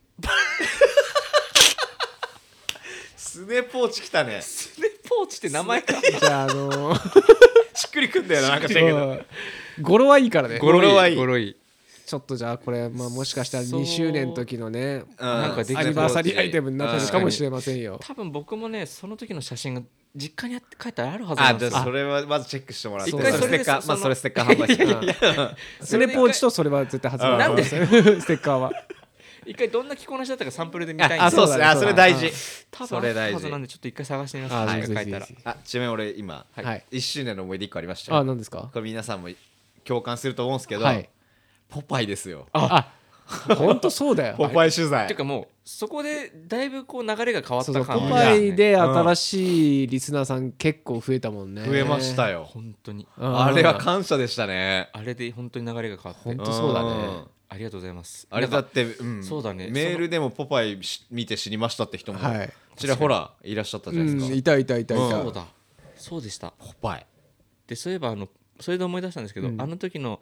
Speaker 2: スネポーチきたねし
Speaker 3: スネポーチって名前 か
Speaker 4: じゃああのー
Speaker 2: っくりくんだよななんか知らんけど
Speaker 4: うん 語呂はいいからね
Speaker 2: 語呂はいい
Speaker 3: ゴロいい
Speaker 4: ちょっとじゃあこれ、まあ、もしかしたら2周年の時のね
Speaker 2: うん
Speaker 3: なんかでき
Speaker 4: ア
Speaker 3: た
Speaker 4: ニバーサリーアイテムになってるかもしれませんよ
Speaker 3: 多分僕もねその時の写真が実家にあって書いてあるはずな
Speaker 2: あ
Speaker 3: ん
Speaker 2: じ
Speaker 3: で
Speaker 2: ゃ
Speaker 3: す
Speaker 2: あそ
Speaker 3: よ
Speaker 2: れはまずチェックしてもらって
Speaker 4: 一
Speaker 2: れ
Speaker 4: 回そ
Speaker 2: ステ
Speaker 3: れ
Speaker 2: ッ
Speaker 3: で
Speaker 2: カー
Speaker 3: そ
Speaker 2: まあ
Speaker 3: その
Speaker 2: それステッカー販売してうん
Speaker 4: スネポーチとそれは絶対外れ
Speaker 2: なん
Speaker 3: で
Speaker 4: ステッカーは
Speaker 3: 一回どんな着こなしだったかサンプルで見たいんで
Speaker 2: あそうですね
Speaker 4: そうだ
Speaker 2: あそれ大事
Speaker 4: うん
Speaker 3: 多分
Speaker 2: そ
Speaker 3: あ
Speaker 2: れ
Speaker 3: った
Speaker 2: 大
Speaker 3: は
Speaker 2: 事
Speaker 3: ずなんでちょっと一回探してみます
Speaker 4: あ
Speaker 3: はい
Speaker 4: ぜひぜ
Speaker 3: 書
Speaker 4: ひ
Speaker 3: いたら
Speaker 4: ぜ
Speaker 2: あちなみに俺今
Speaker 4: はい
Speaker 2: 1周年の思い出1個ありました
Speaker 4: あ
Speaker 2: よ
Speaker 4: 何ですか
Speaker 2: これ皆さんも共感すると思うんですけど
Speaker 4: はい
Speaker 2: ポパイですよ
Speaker 4: あ本当そ うだよ
Speaker 2: ポパイ取材
Speaker 3: ていうかもうそこでだいぶこう流れが変わっ
Speaker 4: そ
Speaker 3: た
Speaker 4: うそう
Speaker 3: 感
Speaker 4: ポ
Speaker 3: は
Speaker 4: パイで
Speaker 2: うん
Speaker 4: 新しいリスナーさん結構増えたもんね
Speaker 2: 増えましたよ
Speaker 3: 本当に
Speaker 4: うん
Speaker 2: あれは感謝でしたね
Speaker 3: あれで本当に流れが変わ
Speaker 4: 本
Speaker 3: っ
Speaker 4: 当
Speaker 3: て
Speaker 4: そうだね
Speaker 2: ん
Speaker 3: ありがとうございます
Speaker 2: あれだ
Speaker 3: なん
Speaker 2: っ
Speaker 3: か
Speaker 2: て、うん
Speaker 3: そうだね
Speaker 2: メールでもポパイし見て知りましたって人も、
Speaker 4: はい
Speaker 2: ちらほらいらっしゃったじ
Speaker 4: う
Speaker 2: ゃないです
Speaker 4: ん
Speaker 2: か、
Speaker 4: いたいたいたいた
Speaker 2: うん
Speaker 3: そうだそうでした
Speaker 2: ポパイ
Speaker 3: でそういえばあのそれで思い出したんですけど、
Speaker 4: うん
Speaker 3: あの時の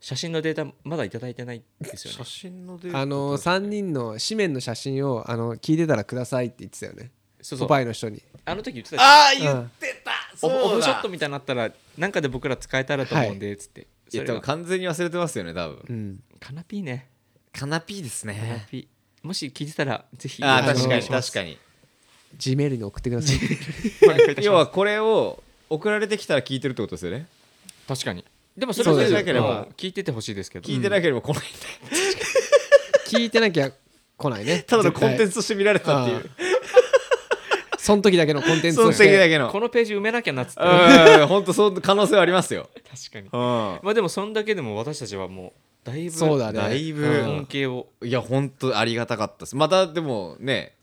Speaker 3: 写真のデータまだいただいてないですよね
Speaker 2: 真のデ
Speaker 4: あの3人の紙面の写真をあの聞いてたらくださいって言ってたよね
Speaker 3: そうそ
Speaker 4: ポ
Speaker 3: う
Speaker 4: パイの人に
Speaker 3: あの時言ってたじゃん
Speaker 2: ああ言ってた、そう
Speaker 3: オ
Speaker 2: だ
Speaker 3: フオフショットみたいになったらなんかで僕ら使えたらと思うんで、つって
Speaker 2: い
Speaker 3: そ
Speaker 2: や
Speaker 3: れ
Speaker 2: 多分
Speaker 3: が
Speaker 2: 完全に忘れてますよね多分、
Speaker 4: うん
Speaker 3: カナピーね
Speaker 2: カナピーです
Speaker 3: カナ
Speaker 2: ね
Speaker 3: ピーもし聞いてたらぜひ
Speaker 2: ああ
Speaker 4: ー
Speaker 2: 確かに
Speaker 4: あの
Speaker 2: 確かに
Speaker 4: ジメールに送ってください
Speaker 2: 要はこれを送られてきたら聞いてるってことですよね、
Speaker 3: 確かにでもそれは
Speaker 4: そうです
Speaker 3: それで
Speaker 2: そう
Speaker 3: もう聞いててほしいですけど
Speaker 2: 聞いてなければこの、
Speaker 4: 聞いてなきゃ来ない ね
Speaker 2: ただのコンテン
Speaker 4: ツ
Speaker 2: ツとして見られてたっていう
Speaker 4: その時だけのコンテンツ
Speaker 2: そ
Speaker 4: と
Speaker 2: の
Speaker 4: し
Speaker 2: 時だ
Speaker 4: て
Speaker 2: け
Speaker 3: うん
Speaker 2: の
Speaker 3: このページ埋めなきゃなっつって確
Speaker 2: うん本当その可能性はありますよ、
Speaker 3: かに
Speaker 2: うん、
Speaker 3: まあでもそんだけでも私たちはもだいぶ
Speaker 4: そうだね
Speaker 2: だいぶ、
Speaker 4: うん
Speaker 3: 恩恵を
Speaker 2: いや本当ありがたかったですまたでもね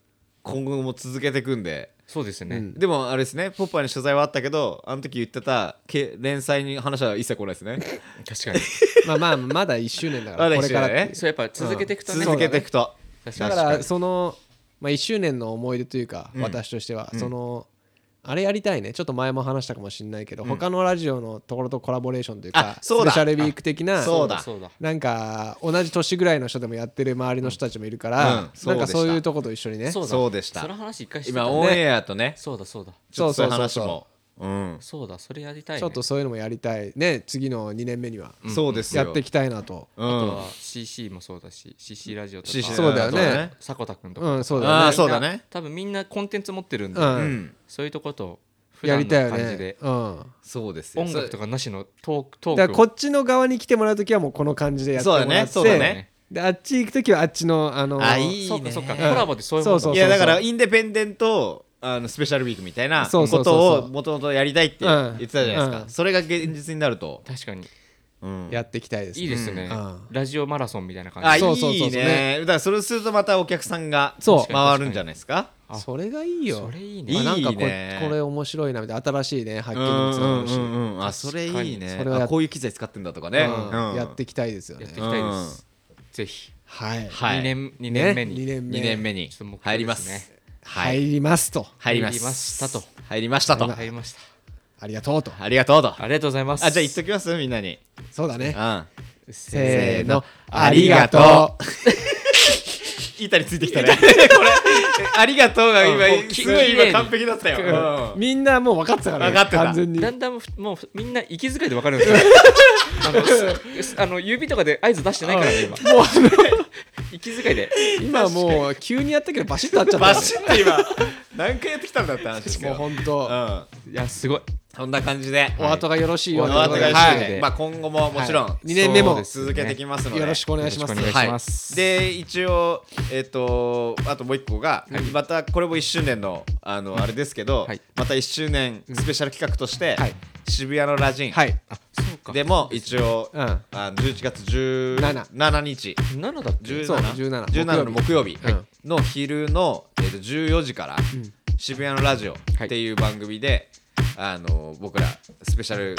Speaker 2: 今後も続けていくんで
Speaker 3: そうですね、
Speaker 4: うん
Speaker 2: でもあれですねポッパーの取材はあったけどあの時言ってたけ連載に話は一切来ないですね
Speaker 3: 確かに
Speaker 4: まあまあまだ1周年だか
Speaker 2: ま
Speaker 4: ら
Speaker 2: だ
Speaker 4: こ
Speaker 2: 一周
Speaker 4: れか
Speaker 2: 年ね
Speaker 4: らっていう
Speaker 3: そうやっぱ続けていくとね、
Speaker 2: 続けていくと
Speaker 3: 確か
Speaker 4: だ
Speaker 3: に
Speaker 4: からその、まあ、1周年の思い出というか、
Speaker 2: うん
Speaker 4: 私としては、そのあれやりたいねちょっと前も話したかもしれないけど、他のラジオのところとコラボレーションというか
Speaker 2: あそうだ
Speaker 4: スペシャルウィーク的な
Speaker 2: そうだ
Speaker 3: そうだ
Speaker 4: なんか同じ年ぐらいの人でもやってる周りの人たちもいるから、
Speaker 2: うんうんそうでした
Speaker 4: なんかそういうとこと一緒にね
Speaker 3: そうだ
Speaker 2: そうでした
Speaker 3: その話一回してた
Speaker 2: 今
Speaker 3: ね
Speaker 2: オンエアとね
Speaker 3: そうだそうだ
Speaker 2: ちょっとそういう
Speaker 4: そうそう
Speaker 2: 話
Speaker 4: そう
Speaker 2: もうん
Speaker 3: そうだそれやりたい、ね、
Speaker 4: ちょっとそういうのもやりたいね次の2年目には
Speaker 2: そうですよ
Speaker 4: やっていきたいなと、
Speaker 2: う
Speaker 3: あと
Speaker 2: ん
Speaker 3: は CC もそうだし CC ラジオとか
Speaker 2: CC
Speaker 4: そうだよね
Speaker 2: あとは
Speaker 3: 迫田君と
Speaker 4: う
Speaker 3: か、
Speaker 4: んそうだよね
Speaker 2: ああそうだね
Speaker 3: 多分みんなコンテンツ持ってるんで、
Speaker 4: うん
Speaker 2: うん
Speaker 3: そういうとこと普
Speaker 4: や
Speaker 3: 段
Speaker 4: り
Speaker 3: の
Speaker 4: たいよ
Speaker 3: 感じ
Speaker 4: ね
Speaker 3: で、
Speaker 4: うん、
Speaker 2: そうですよ
Speaker 3: 音楽とかなしのトークト
Speaker 4: だ
Speaker 3: ー
Speaker 4: から
Speaker 3: ク
Speaker 4: こ
Speaker 3: を
Speaker 4: っちの側に来てもらう時はもうこの感じでやっても
Speaker 2: そう
Speaker 4: ら
Speaker 2: だ
Speaker 4: って
Speaker 2: ねそうだね
Speaker 4: であっち行く時はあっちのあの
Speaker 2: あいい
Speaker 3: そうかそうか、
Speaker 2: いい
Speaker 3: コ
Speaker 2: ね
Speaker 3: ラボでそういうもんだ
Speaker 4: そうそう
Speaker 2: いやだからインデペンデントあのスペシャルウィークみたいな
Speaker 4: そ
Speaker 2: こ
Speaker 4: うそうそうそう
Speaker 2: とをもともとやりたいって言ってたじゃないです
Speaker 4: うんう
Speaker 2: か
Speaker 4: ん
Speaker 2: それが現実になると
Speaker 3: 確かに
Speaker 2: うん
Speaker 4: やっていきたいですね
Speaker 3: いいですね、
Speaker 4: うん
Speaker 3: ラジオマラソンみたいな感じ
Speaker 2: あい
Speaker 4: そうそうそうそう
Speaker 2: いねだからそれをするとまたお客さんが
Speaker 4: そう
Speaker 2: 回るんじゃないですか
Speaker 3: あ
Speaker 4: それがいいよ
Speaker 3: それいい
Speaker 2: い
Speaker 3: ね
Speaker 4: あなんかこ
Speaker 2: いいね
Speaker 4: これ面白いなみたいな新しいね
Speaker 2: う
Speaker 4: 発
Speaker 2: んう
Speaker 4: 見にもつなが
Speaker 2: ん
Speaker 4: るし、
Speaker 2: うんうんあそれいいね
Speaker 4: それはやっ
Speaker 2: あこういう機材使ってんだとかね
Speaker 4: うん
Speaker 2: うん
Speaker 4: やっていきたいですよね
Speaker 3: やっていきたいです、ぜひ
Speaker 4: はい、
Speaker 2: はい
Speaker 3: 2年二
Speaker 4: 二
Speaker 3: 年目に、
Speaker 4: 2年目
Speaker 2: 2年目に
Speaker 3: ちょっと目標
Speaker 2: 入ります
Speaker 3: です
Speaker 2: は
Speaker 4: 入
Speaker 2: い
Speaker 4: りますと
Speaker 2: 入りま
Speaker 3: 入りまし
Speaker 2: す
Speaker 3: たと
Speaker 2: 入りましたと
Speaker 3: 入りました
Speaker 4: ありがとうと
Speaker 2: ありがとうと
Speaker 3: ありがとうございます
Speaker 2: あじゃあ言っときますみんなに
Speaker 4: そうだ
Speaker 2: う
Speaker 4: ね
Speaker 2: ん
Speaker 4: せーの
Speaker 2: あ
Speaker 4: あ
Speaker 2: り
Speaker 4: り
Speaker 2: が
Speaker 4: が
Speaker 2: と
Speaker 4: と
Speaker 2: う
Speaker 4: う
Speaker 2: 板についてきたねこれ ありがとうが
Speaker 3: うんもう
Speaker 2: 今
Speaker 3: き
Speaker 2: すごい
Speaker 3: 綺麗に
Speaker 2: 今完璧だったようん
Speaker 4: みんなもう分かってたから、ね、
Speaker 2: 分かってた
Speaker 4: 完全に
Speaker 3: だんだんふもうふみんな息遣いで分かるんですよ あのすすあの指とかで合図出してないからね今
Speaker 4: もうあの
Speaker 3: 息遣いで
Speaker 4: 今もう急にやったけどバシッとあっちゃった
Speaker 2: バシッと今何回やってきたんだって話ですけ
Speaker 4: もう
Speaker 2: ど
Speaker 4: ほん
Speaker 2: う
Speaker 4: と
Speaker 2: ん
Speaker 3: いやすごい
Speaker 2: そんな感じで
Speaker 4: お後がよろしいよう
Speaker 2: こ
Speaker 4: で
Speaker 2: の
Speaker 4: ご
Speaker 2: 後
Speaker 4: ざ
Speaker 2: がよろしいの
Speaker 3: は
Speaker 4: います
Speaker 2: で
Speaker 3: い
Speaker 2: まあ今後ももちろん
Speaker 4: 2年目
Speaker 3: そう
Speaker 4: も
Speaker 3: です
Speaker 2: 続けていきますので
Speaker 4: よろしくお願いします
Speaker 3: よろくお願いします
Speaker 2: で一応えっ、とあともう一個が、またこれも1周年のあのあれですけど、
Speaker 3: はい
Speaker 2: また1周年スペシャル企画として、
Speaker 4: はい
Speaker 2: 渋谷のラジン、
Speaker 4: はい
Speaker 3: そうか
Speaker 2: でも一応、
Speaker 4: うん
Speaker 2: あの11月17日
Speaker 3: 7だっけ
Speaker 4: そう
Speaker 2: 17,
Speaker 4: 17
Speaker 2: 17の木曜日
Speaker 4: はい
Speaker 2: の昼の、えー、と14時から「渋谷のラジオ」っていう番組で、あの僕らスペシャル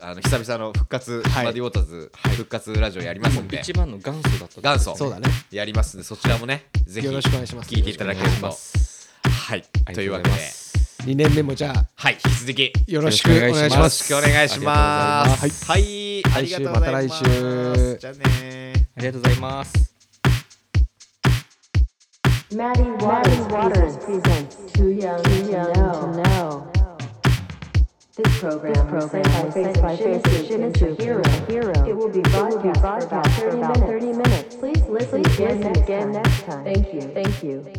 Speaker 2: あの久々の復活、
Speaker 4: はい
Speaker 2: マディ・ウォーターズ復活ラジオやりますんで
Speaker 3: 一番の元祖だった
Speaker 2: 元祖
Speaker 4: そうだね
Speaker 2: やりますんでそちらもねぜひ
Speaker 4: よろしくお願いします
Speaker 2: 聞いていただけるとはい
Speaker 3: あ
Speaker 2: と
Speaker 3: りが
Speaker 2: いう
Speaker 3: ご
Speaker 2: わ
Speaker 3: ざ
Speaker 2: けで
Speaker 3: ます
Speaker 4: 2年目もじゃあ
Speaker 2: はい引き続き
Speaker 4: よろしくお願いします
Speaker 2: よろしくお願いしますはい、あ
Speaker 4: あ
Speaker 2: り
Speaker 4: り
Speaker 2: が
Speaker 4: が
Speaker 2: とう
Speaker 4: とう
Speaker 2: ご
Speaker 4: ご
Speaker 2: ざ
Speaker 4: ざ
Speaker 2: いま
Speaker 4: いますす
Speaker 2: じゃあねー
Speaker 3: ありがとうございます。
Speaker 1: Maddie Waters, Waters presents Too Young, too young to Know. This program, this program is sent by Shin is your hero. hero. It will be broadcast for about 30 minutes. Please listen again next time. Thank you. Thank you.